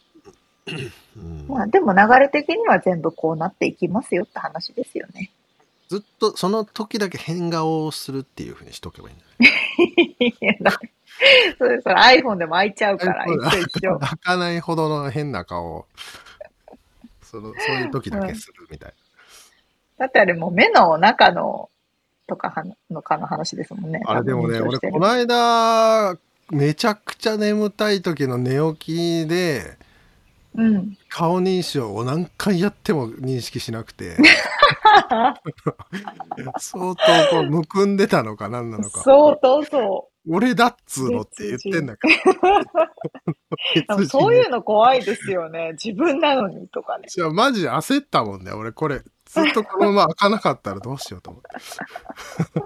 うん、
まあ、でも流れ的には全部こうなっていきますよって話ですよね。
ずっとその時だけ変顔をするっていうふうにしとけばいいんじ
いやだってそうです。それ iPhone でも開いちゃう
ゃ
か
な
ら、
い
一緒一緒。
泣かないほどの変な顔をそのそういう時だけするみたい
だってあれもう目の中の、とかはのかの話ですもんね。
な、あれでもね
多分緊張
俺
してる
この間めちゃくちゃ眠たい時の寝起きで
うん。
顔認証を何回やっても認識しな くて相当こうむくんでたのか何なのか
相当そ
俺だっつうのって言ってんだから
う。で もそういうの怖いですよね。自分なのにとかね。
じゃあマジで焦ったもんね俺これずっとこのまま開かなかったらどうしようと思って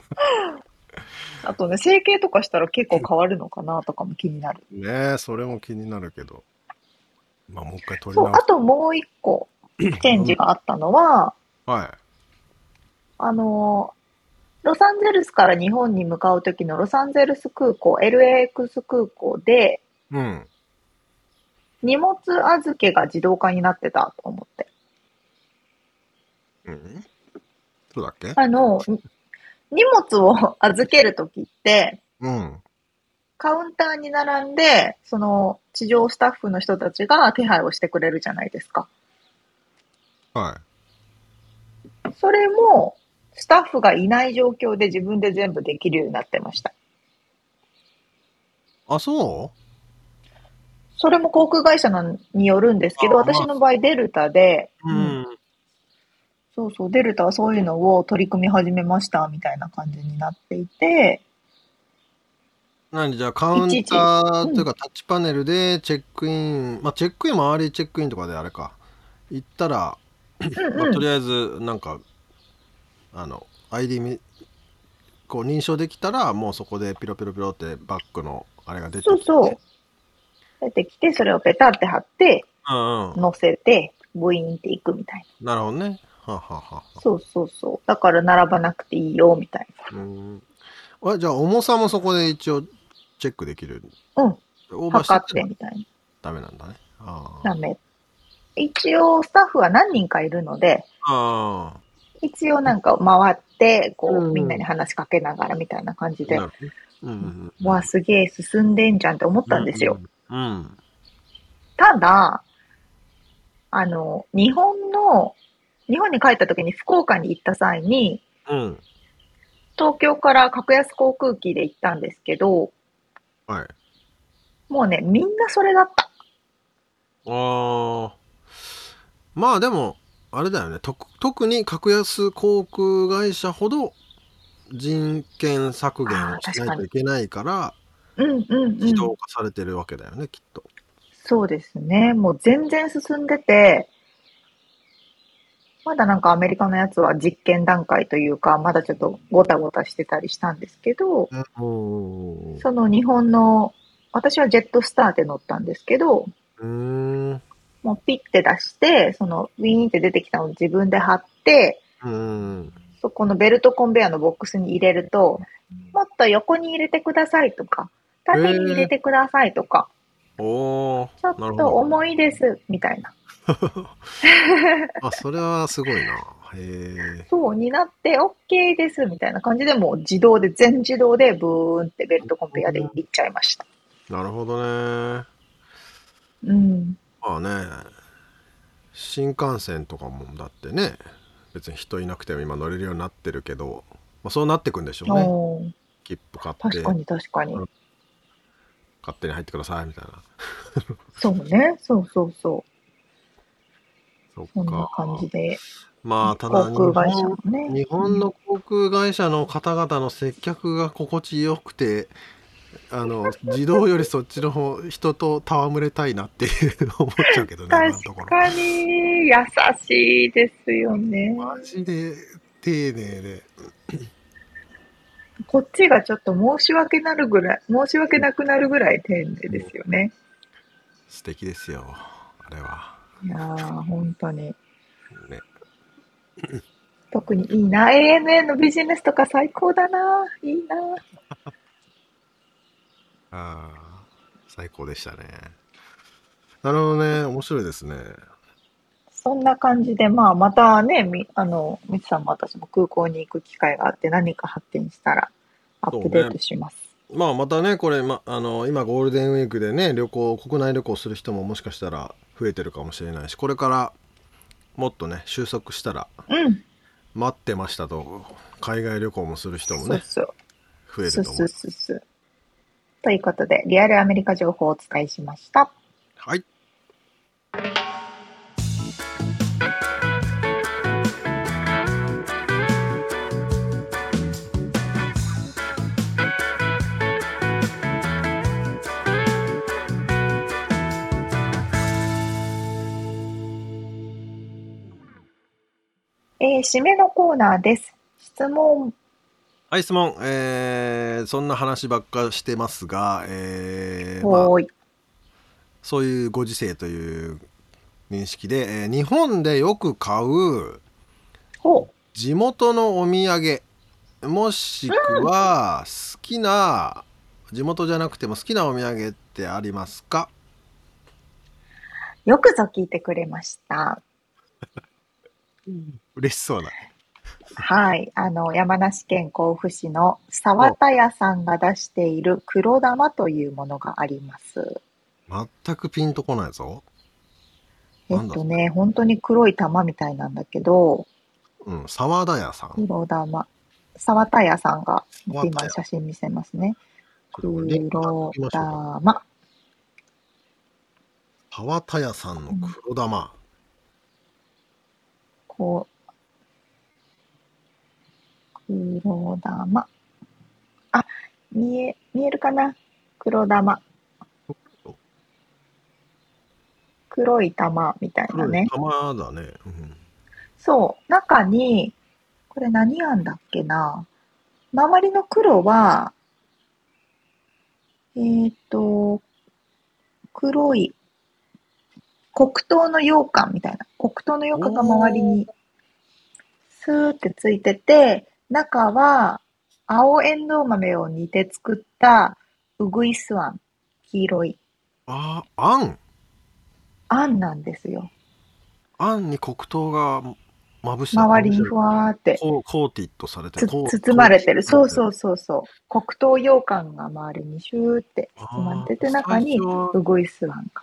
あとね、整形とかしたら結構変わるのかなとかも気になる。
ねえそれも気になるけどまあもう一回取り
そう、
直
あ
す
ともう一 個、チェンジがあったのは、
は
あの、ロサンゼルスから日本に向かうときのロサンゼルス空港、LAX 空港で、
いうん
荷物預けが自動化になってたと思って。
うんそうだっけ
あの、に荷物を預けるときって、
うん
カウンターに並んで、その地上スタッフの人たちが手配をしてくれるじゃないですか。
は
それも、スタッフがいない状況で自分で全部できるようになってました。
いあそ
それも航空会社のによるんですけど、
あまあ
私の場合デルタで、う
う
んそうそう、デルタはそういうのを取り組み始めましたみたいな感じになっていて、
何じゃあカウンタ
いちいち
ー
うん
というかタッチパネルでチェックインまあチェックインもアーリーチェックインとかであれか行ったら
うん
まあ、
う
と
ん、
りあえずなんかあの ID みこう認証できたらもうそこでピロピロピロってバックのあれが出てきて
そうそう出てきて、それをペタって貼って、
うんうん
乗せて、ブイーンっていくみたい
なるほどねはあはあはあ
な。そうそうそう。だから並ばなくていいよ、みたい
うんあじゃあ重さもそこで一応チェックできる
うんな。
オーバーしちゃ
測っ
っ
たて
ら
みたい
ダメなんだねあ
な。ダメ。一応、スタッフは何人かいるので、
ああ
一応なんか回って、こ
う
う、
ん
みんなに話しかけながらみたいな感じ
な
で
る、ほどねうんうんうん
わあ、すげえ進んでんじゃんって思ったんですよ。
うんうん
ただ、あの、日本の、日本に帰った時に福岡に行った際に、
うん
東京から格安航空機で行ったんですけど、
はい
もうね、みんなそれだった。
ああまあでもあれだよねと特に格安航空会社ほど人権削減をしないといけないから
うんうんう
自
ん。
動化されてるわけだよね、きっと
そうですね。もう全然進んでて、まだなんかアメリカのやつは実験段階というか、まだちょっとごたごたしてたりしたんですけど、
うん
その日本の、私はジェットスターで乗ったんですけど、
うんうん
もうピッて出して、そのウィーンって出てきたのを自分で貼って、
うん
そこのベルトコンベアのボックスに入れると、もっと横に入れてくださいとか、縦に入れてくださいとか、
おー
ちょっ
なるほ
と
ど
重いですみたいな、
あそれはすごいなへえ
そうになって OK ですみたいな感じで、もう自動で、全自動でブーンってベルトコンベアでいっちゃいました。
なるほどね
うん。
まあね新幹線とかもだってね別に人いなくても今乗れるようになってるけど、まあ、そうなってくんでしょうね
おー
切符買っ
確
て
かに確かに。
勝手に入ってくださいみたいな
そうね。そうそうそう。
そっ
そんな
か
感じで、
まあた
航
だ
空
日
会社
本
もね。
日本の航空会社の方々の接客が心地よくてあの自動よりそっちの方人と戯れたいなっていう思っちゃうけどね今のと
確
ころ
かに優しいですよね。
マジで丁寧で
こっちがちょっと申し訳なるぐらい、申し訳なくなるぐらい丁寧ですよね。
素敵ですよあれはい
やー、本当に。
ね
特にいいな。ANA のビジネスとか最高だな。いいな。
ああ最高でしたねなるほどね面白いですね
そんな感じで、まあ、またね、み、あの、みつさんも私も空港に行く機会があって、何か発見したら、アップデートします。
まあまたねこれ、ま、あの今ゴールデンウィークでね旅行国内旅行する人ももしかしたら増えてるかもしれないしこれからもっとね収束したら
うん。
待ってましたと海外旅行もする人も
そう
ね
そう。
増え
そう
ると思
そううそうそう。ということで、リアルアメリカ情報をお伝えしました。
はい
えー、締めのコーナーです。質問。
はい質問えー、そんな話ばっかしてますがえー、まあ
おーい。
そういうご時世という認識で、えー日本でよく買う
ほう。
地元のお土産もしくは好きな地元じゃなくても好きなお土産ってありますか
よくぞ聞いてくれました。
嬉しそうだ
はい。あの、山梨県甲府市の沢田屋さんが出している黒玉というものがあります。
全くピンとこないぞ
え
なん
っ
だ
とね、本当に黒い玉みたいなんだけど、
うん沢田屋さん
黒玉。沢田屋さんが、
沢田屋
今写真見せますね。
ちょっとリンク貼っ
黒
ときましょうか
玉。
沢田屋さんの黒玉、
こう。黒玉。あ、見え、見えるかな黒玉。黒い玉みたいな
黒
ね
い。玉だね、うん
そう、中に、これ何あんだっけな。周りの黒は、えーっと、黒い、黒糖の羊羹みたいな。黒糖の羊羹が周りに、スーってついてて、中は、青エンドウ豆を煮て作った、うぐいすあん。黄色い。
あーあん
あんなんですよ。
あんに黒糖がまぶして
周りにふわーって。
コーコーティットされて
つ
コー。
包まれてる。そうそううそうそう。黒糖羊羹が周りにシューって包まれて
あ
て、
ー
中に
最初
うぐいすあんが。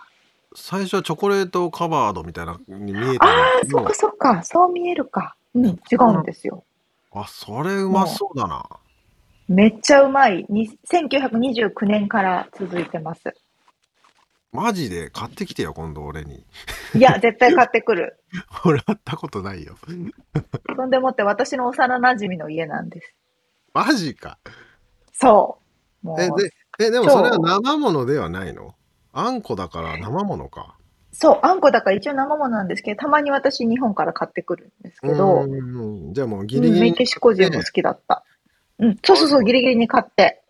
最初はチョコレートカバードみたいなに見えてる
ああ、そっかそっか。そう見えるか。うん、違うんですよ。
あそれうまそうだな。
めっちゃうまい。に1929年から続いてます。
マジで買ってきてよ今度俺に。
い や、絶対買ってくる。
俺会ったことない よ。
そんでもって私の幼馴染の家なんです。
マジか。
そう。もう
えでえでもそれは生物ではないの。あんこだから生物か。
そう、あんこだから一応生ものなんですけど、たまに私日本から買ってくるんですけど、
うーんじゃあもうギリ
う
ギ
ん
リ
メキシコ人も好きだった。うん、そうそうそう、ギリギリに買って。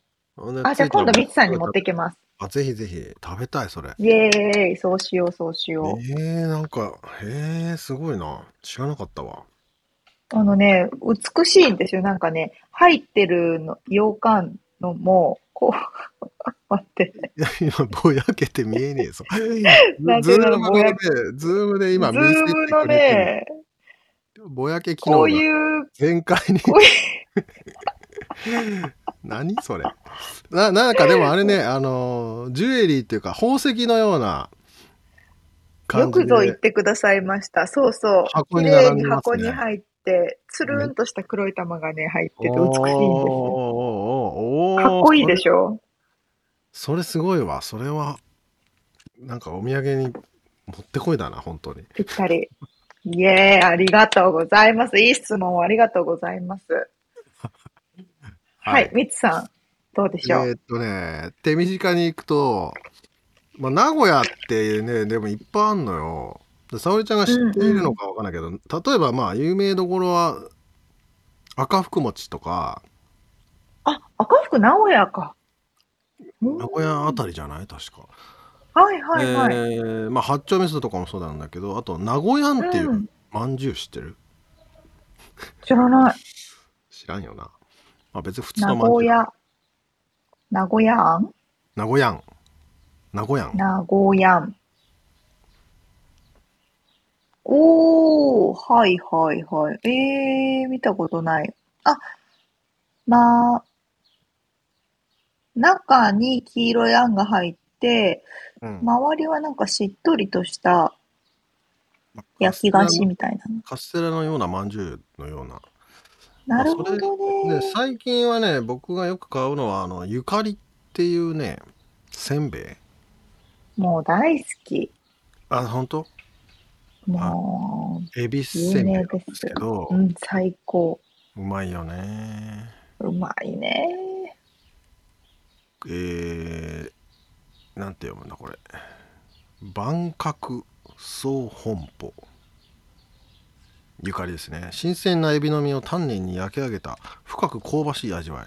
あ、じゃあ今度ミツさんに持って
き
きます。
あぜひぜひ食べたいそれ。
イエーイ、そうしよう、そうし
え
よ
ー、なんかへえすごいな知らなかったわ。
う。あのね、美しいんですよ。なんかね、入ってるの、洋館のも、こう、 待って、
いや今ぼやけて見えねえぞ。
なん
ズ
ていう
ー
の
ム
ぼ
の
や
ね、ズームで今
ズ
見せて
ー
く
ム
れて
の
る、
ね、
ぼやけ機
こ
能
う
が
いう、
全開に。
こうい
何それな。なんかでもあ れね、あのー、ジュエリーっていうか宝石のよう
う、よ
な感じ
くぞ言っ
で。
てくださいました。そうそう。
箱
綺
に
麗
並ん
に
でま
箱
すね
に入って、つるんとした黒い玉がね、入ってて美しいん
お
です
ー
よ。
おーおーおー
かっこいいでしょ
それそれすごいわ。それは、なんかお土産に持ってこいだな、本当に。
ぴったり。イエーイ、ありがとうございます。いい質問をありがとうございます。はい、。みつさん、どうでしょ
え
う
ーっとね、手短に行くと、まあ、名古屋ってね、でもいっぱいあんのよ。で沙織ちゃんが知っているのかわかんないけど、例えばまあ、有名どころは、赤福餅とか、
あ、赤福名古屋か。うん
名古屋あたりじゃない確か。
はいはいはい。
えーまあ八丁味噌とかもそうなんだけどあと名古屋んっていううんまんじゅう知ってる、
知らない。
知らんよな。まあ別に普通の
名
まん
古
じゅう。
屋。名古屋あん
名古屋ん。名古屋ん。
名古屋あん。おー、はいはいはい。えー、見たことない。あ、まあ、中に黄色いあんが入って、
うん
周りはなんかしっとりとした焼き菓子みたいな。
カステラのようなまんじゅうのような。
なるほど
で
ね。
最近はね僕がよく買うのはあのゆかりっていうねせんべい
もう大好き。
あ本当
も
エビス
う、
せ
有
んべいな
名
んで
です
すけど
う、ん、最高。
うまいよね
うまいね。
えー、なんて読むんだこれ万角総本舗ゆかりですね新鮮なエビの身を丹念に焼き上げた深く香ばしい味わい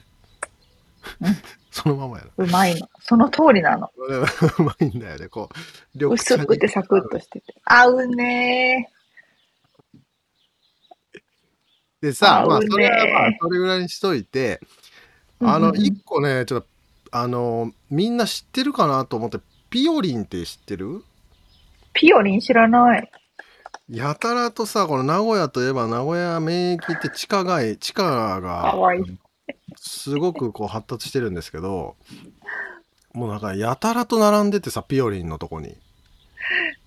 そのままやな
うまいの。その通りなの。
これはうまいんだよねこう緑茶
薄
に
くてサクッとしてて。合うね
でさ、
合う
まあ、
ね
それはまあ、それぐらいにしといて、あ
う
の、
んうんうん
一個ね、ちょっと、あの、みんな知ってるかなと思って、ピオリンって知ってる
ピオリン知らない。
やたらとさ、この名古屋といえば、名古屋免疫って地下街、地下
か
が、
わいい。
すごくこう発達してるんですけど、もうなんか、やたらと並んでてさ、ピオリンのとこに。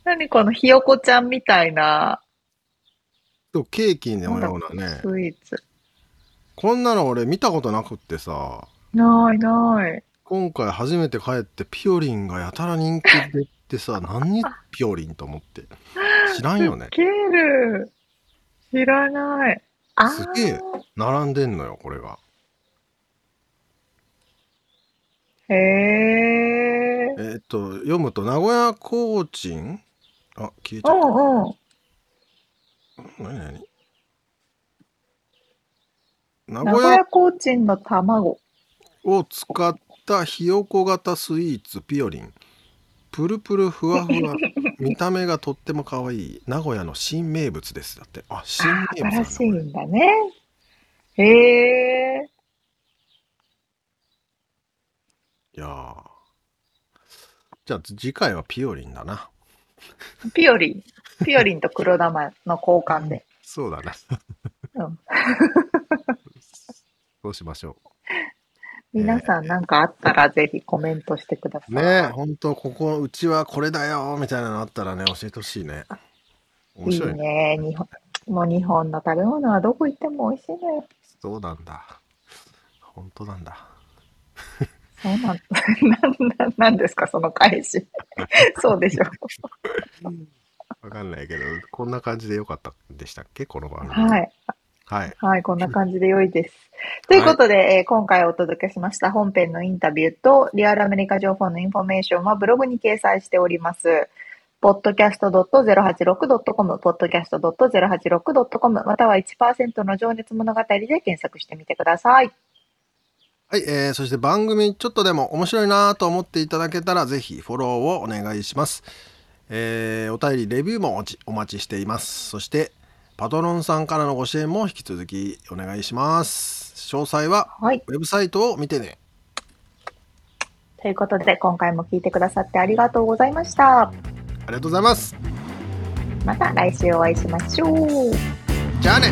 何このひよこちゃんみたいな、
とケーキ
な
の
んだ
よ
こ
う
の
なね、
スイーツ。
こんなの俺見たことなくってさ、
ないない。
今回初めて帰ってピオリンがやたら人気でってさ何ピオリンと思って知らんよね
ケる。知らない。あ
すげえ並んでんのよこれが
ー。へえ。
えーっと読むと名古屋コーチンあ消えち
う
ゃっ
んうん。
た何何
名
名古
古
屋
屋コーチンの卵。
を使ったひよこ型スイーツピオリンプルプルふわふ わ見た目がとっても可愛い名古屋の新名物ですだってあ新
あ
名物な
新
んだ
し
こ
い
れ
んだね。へえ。
いやーじゃあ次回はピオリンだな。
ピオリン。ピオリンと黒玉の交換で。
そうだな。
うん
そうしましょ
皆さんなんかあったらぜひコメントしてください。
う。ねえ、ほんと、ここ、うちはこれだよみたいなのあったらね、教えてほしいね。面
いい
白いね。
ね。日本もう日本の食べ物はどこ行っても美味しいのよ。
そうなんだ。ほんとなんだ。
そうなん なん、なん、なんですか、その返 し。そうでしょ。
わかんないけど、こんな感じでよかったでしたっけこの番組。
は。い。
はい。
はい、こんな感じで良いです。 ということで、えー今回お届けしました本編のインタビューと、リアルアメリカ情報のインフォメーションはブログに掲載しております。podcast.086.com、podcast.086.com、または1%の情熱物語で検索してみてください。
はい、えーそして番組ちょっとでも面白いなと思っていただけたら、ぜひフォローをお願いします。えーお便り、レビューもおちお待ちしています。そして、パトロンさんからのご支援も引き続きお願いします。詳細は
はい。
ウェブサイトを見てね。
ということで、今回も聞いてくださってありがとうございました。
ありがとうございます。
また来週お会いしましょう。
じゃあね。